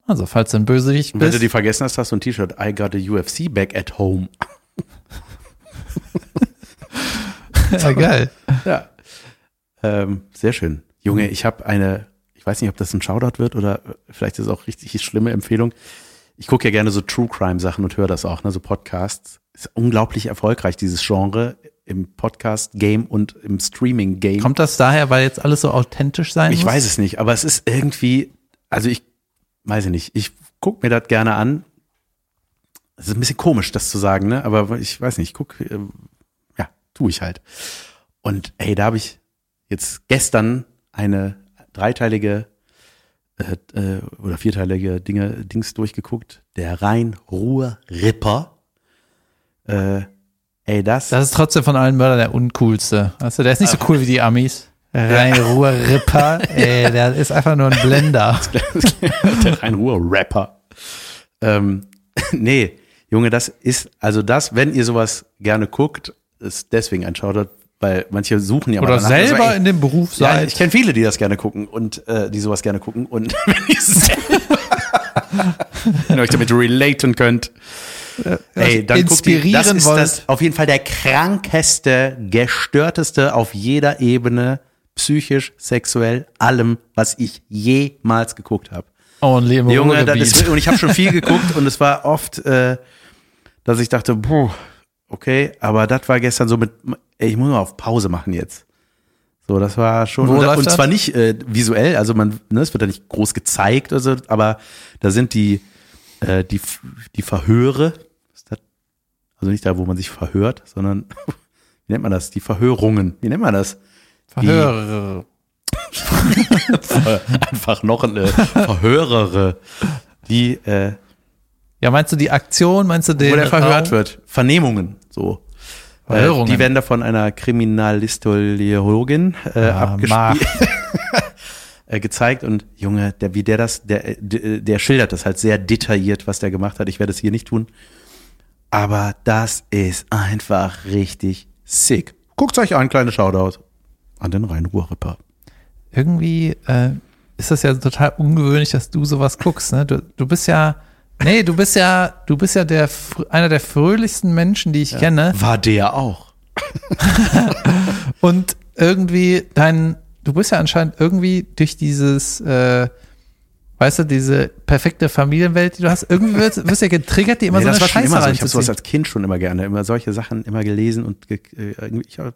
B: Also, falls du ein Bösewicht
A: Und wenn du
B: bist,
A: die vergessen hast, hast du ein T-Shirt. I got a UFC bag at home.
B: ja, geil.
A: Ja. Ähm, sehr schön. Junge, ich habe eine, ich weiß nicht, ob das ein Shoutout wird oder vielleicht ist es auch richtig schlimme Empfehlung. Ich gucke ja gerne so True Crime Sachen und höre das auch, ne, so Podcasts. Ist unglaublich erfolgreich, dieses Genre im Podcast-Game und im Streaming-Game.
B: Kommt das daher, weil jetzt alles so authentisch sein
A: Ich
B: muss?
A: weiß es nicht, aber es ist irgendwie, also ich weiß ich nicht, ich gucke mir das gerne an. Es ist ein bisschen komisch, das zu sagen, ne? Aber ich weiß nicht, ich guck, ähm, ja, tu ich halt. Und ey, da habe ich jetzt gestern eine dreiteilige äh, äh, oder vierteilige Dinge, Dings durchgeguckt. Der Rhein-Ruhr-Ripper. Äh, ey, das.
B: Das ist trotzdem von allen Mördern der uncoolste. Also, der ist nicht so cool wie die Amis. Rein Ruhr Ripper, ey, der ist einfach nur ein Blender.
A: der Rhein-Ruhr-Rapper. Ähm, nee, Junge, das ist, also das, wenn ihr sowas gerne guckt, ist deswegen ein Shoutout, weil manche suchen ja mal
B: Oder
A: danach. Das war
B: selber
A: echt-
B: in dem Beruf
A: ja,
B: sein.
A: ich kenne viele, die das gerne gucken und äh, die sowas gerne gucken und wenn ihr selber- wenn ihr euch damit relaten könnt, ey, dann guckt die, das
B: inspirieren
A: ist
B: wollt.
A: das auf jeden Fall der krankeste, gestörteste auf jeder Ebene, psychisch, sexuell, allem, was ich jemals geguckt habe.
B: Only im
A: Junge, das
B: Ruhrgebiet.
A: ist, und ich habe schon viel geguckt und es war oft, äh, dass ich dachte, puh, okay, aber das war gestern so mit, ey, ich muss mal auf Pause machen jetzt. So, das war schon,
B: Wo
A: und,
B: läuft
A: und
B: das?
A: zwar nicht äh, visuell, also man, ne, es wird da nicht groß gezeigt oder so, aber da sind die, äh, die, F- die Verhöre, ist das, also nicht da, wo man sich verhört, sondern, wie nennt man das? Die Verhörungen, wie nennt man das?
B: Verhörer.
A: Einfach noch eine Verhörere, die, äh,
B: Ja, meinst du die Aktion, meinst du den
A: wo der verhört
B: Raum?
A: wird. Vernehmungen, so.
B: Verhörungen.
A: Äh, die werden da von einer Kriminalistologin äh,
B: Ah,
A: abgespielt. äh, gezeigt und Junge, der, wie der das, der, äh, der, der schildert das halt sehr detailliert, was der gemacht hat. Ich werde es hier nicht tun. Aber das ist einfach richtig sick. Guckt euch an, kleine Shoutout an den Rhein-Ruhr-Ripper.
B: Irgendwie äh, ist das ja total ungewöhnlich, dass du sowas guckst. Ne? Du, du bist ja, nee, du bist ja, du bist ja der fr- einer der fröhlichsten Menschen, die ich kenne.
A: War der auch.
B: Und irgendwie dein, du bist ja anscheinend irgendwie durch dieses, äh, weißt du, diese perfekte Familienwelt, die du hast, irgendwie wirst, wirst du ja getriggert, die immer
A: Nee,
B: so
A: das war schon
B: eine Scheiße
A: immer so. Ich habe
B: reinzuziehen.
A: sowas als Kind schon immer gerne, immer solche Sachen immer gelesen und ge äh, irgendwie- ich hab,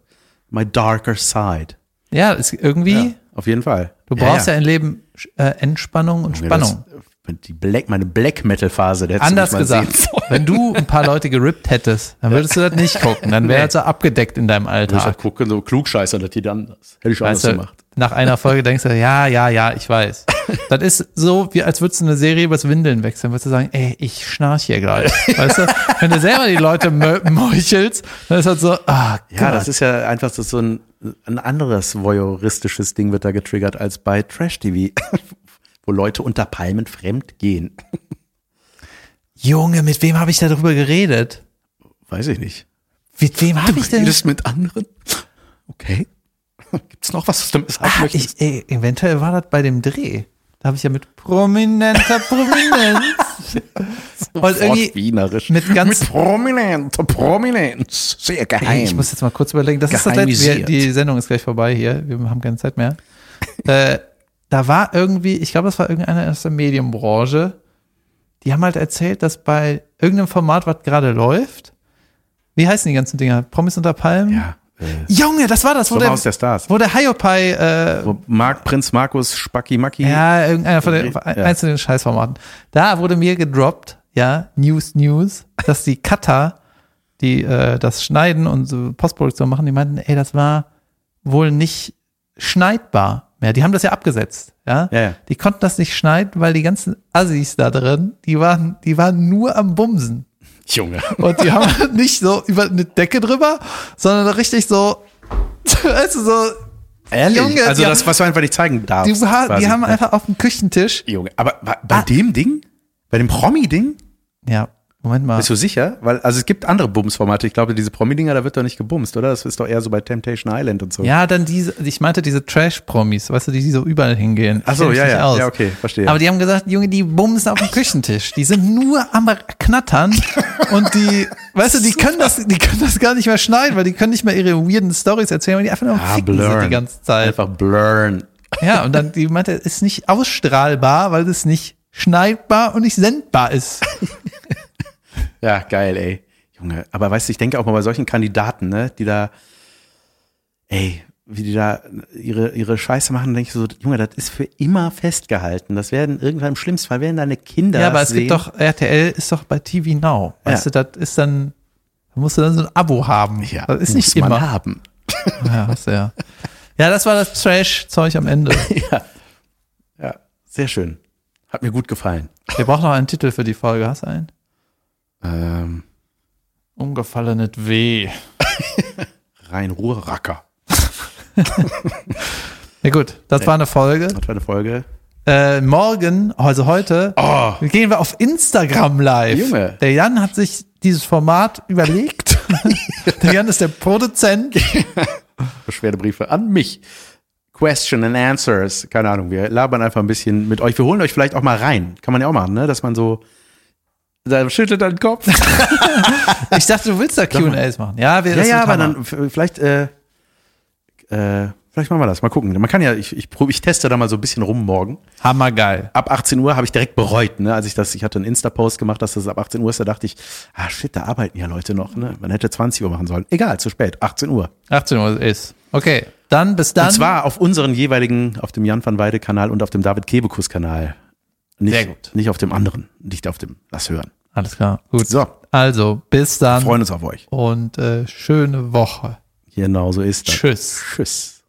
A: my darker side.
B: ja, es, irgendwie,
A: halt- Ja, auf jeden Fall.
B: du brauchst ja, im Leben äh, Entspannung und
A: Junge,
B: Spannung.
A: Das, die Black, meine Black Metal Phase. Der
B: Anders gesagt, wenn du ein paar Leute gerippt hättest, dann würdest du das nicht gucken. Dann wäre das so abgedeckt in deinem
A: Ich
B: Alltag.
A: gucken, so klugscheißer, dass die dann das. Hätte ich schon anders
B: Weißt du,
A: gemacht.
B: nach einer Folge denkst du, ja, ja, ja, ich weiß. Das ist so, wie als würdest du eine Serie übers Windeln wechseln. Würdest du sagen, ey, ich schnarch hier gerade. Weißt du, wenn du selber die Leute mö- meuchelst, dann ist das so, ah,
A: Ja, das ist ja einfach das ist so ein, ein anderes voyeuristisches Ding wird da getriggert als bei Trash TV, wo Leute unter Palmen fremd gehen.
B: Junge, mit wem habe ich da drüber geredet?
A: Weiß ich nicht.
B: Mit wem habe ich denn?
A: mit anderen? Okay. Gibt's noch was, was du damit sagen
B: Ah, ich, ey, eventuell war das bei dem Dreh. Da habe ich ja mit prominenter Prominenz Und irgendwie
A: wienerisch.
B: mit ganz.
A: Prominent, Prominenz, sehr
B: Ey, ich muss jetzt mal kurz überlegen. Das ist das letzte. Wir,
A: Geheimisiert.
B: die Sendung ist gleich vorbei hier. Wir haben keine Zeit mehr. äh, da war irgendwie, ich glaube, das war irgendeiner aus der Medienbranche. Die haben halt erzählt, dass bei irgendeinem Format, was gerade läuft, wie heißen die ganzen Dinger? Promis unter Palmen?
A: ja, äh,
B: Junge, das war das, wo
A: Sommer
B: der,
A: aus der Stars.
B: wo der Hiopai äh,
A: Wo Mark, Prinz Markus, Spacki Macki.
B: Ja, irgendeiner von den
A: Ja.
B: einzelnen Scheißformaten. Da wurde mir gedroppt, ja, News, News, dass die Cutter, die äh, das Schneiden und so Postproduktion machen, die meinten, ey, das war wohl nicht schneidbar mehr. Die haben das ja abgesetzt, ja.
A: Ja, ja.
B: Die konnten das nicht schneiden, weil die ganzen Assis da drin, die waren, die waren nur am Bumsen.
A: Junge.
B: Und die haben halt nicht so über eine Decke drüber, sondern richtig so, weißt du, so,
A: Ehrlich?
B: Junge,
A: also
B: die
A: das,
B: haben-
A: was du einfach nicht zeigen darfst.
B: die, ha-
A: quasi.
B: die haben
A: Ja.
B: einfach auf dem Küchentisch
A: Junge, aber wa- bei
B: Ah.
A: dem Ding? Bei dem Promi-Ding?
B: Ja, Moment mal.
A: Bist du sicher? Weil, also es gibt andere Bums-Formate. Ich glaube, diese Promi-Dinger, da wird doch nicht gebumst, oder? Das ist doch eher so bei Temptation Island und so.
B: Ja, dann diese, ich meinte diese Trash-Promis, weißt du, die, die so überall hingehen.
A: Ach so,
B: Kenn ich
A: ja,
B: nicht
A: ja.
B: aus.
A: Ja, okay, verstehe.
B: Aber die haben gesagt, Junge, die bumsen auf dem Küchentisch. Die sind nur am Knattern und die, weißt du, die können das, die können das gar nicht mehr schneiden, weil die können nicht mehr ihre weirden Stories erzählen, weil die einfach nur am
A: Ah,
B: Ficken sind die ganze Zeit.
A: Einfach blurren.
B: Ja, und dann, die meinte, es ist nicht ausstrahlbar, weil es nicht schneidbar und nicht sendbar ist.
A: Ja, geil, ey. Junge, aber weißt du, ich denke auch mal bei solchen Kandidaten, ne, die da, ey, wie die da ihre, ihre Scheiße machen, denke ich so, Junge, das ist für immer festgehalten. Das werden irgendwann im schlimmsten Fall werden deine Kinder.
B: ja, aber es
A: sehen.
B: gibt doch, RTL ist doch bei TV Now. Weißt
A: Ja.
B: du, das ist dann, da musst du dann so ein Abo haben.
A: ja,
B: das ist nicht
A: muss man
B: immer.
A: haben.
B: Ja, hast du ja. Ja, das war das Trash-Zeug am Ende.
A: Ja, sehr schön. Hat mir gut gefallen.
B: Wir brauchen noch einen Titel für die Folge. Hast du einen?
A: Ähm,
B: Umgefallenes Weh.
A: Rhein-Ruhr-Racker.
B: Ja gut, das war eine Folge.
A: Das war eine Folge.
B: Äh, morgen, also heute,
A: Oh,
B: gehen wir auf Instagram live.
A: Junge.
B: Der Jan hat sich dieses Format überlegt. der Jan ist der Produzent.
A: Beschwerdebriefe an mich. Question and Answers. Keine Ahnung, wir labern einfach ein bisschen mit euch. Wir holen euch vielleicht auch mal rein. Kann man ja auch machen, ne? Dass man so. Da schüttelt er den Kopf.
B: Ich dachte, du willst da Q&As machen. Ja, wir
A: ja,
B: das
A: ja,
B: wird
A: aber
B: Hammer.
A: dann f- vielleicht. Äh, äh, vielleicht machen wir das. Mal gucken. Man kann ja, ich, ich, prob, ich teste da mal so ein bisschen rum morgen.
B: Hammergeil.
A: Ab 18 Uhr habe ich direkt bereut, ne? Als ich das, ich hatte einen Insta-Post gemacht, dass das ab 18 Uhr ist, da dachte ich, ah shit, da arbeiten ja Leute noch, ne? Man hätte 20 Uhr machen sollen. Egal, zu spät, 18 Uhr.
B: 18 Uhr ist. Okay, dann bis dann.
A: und zwar auf unseren jeweiligen, auf dem Jan van Weide Kanal und auf dem David Kebekus Kanal. Nicht,
B: Sehr gut.
A: Nicht auf dem anderen, nicht auf dem Lass hören.
B: Alles klar, gut.
A: So,
B: Also, bis dann
A: freuen uns auf euch.
B: und äh, schöne Woche.
A: Genau so ist das.
B: Tschüss.
A: Tschüss.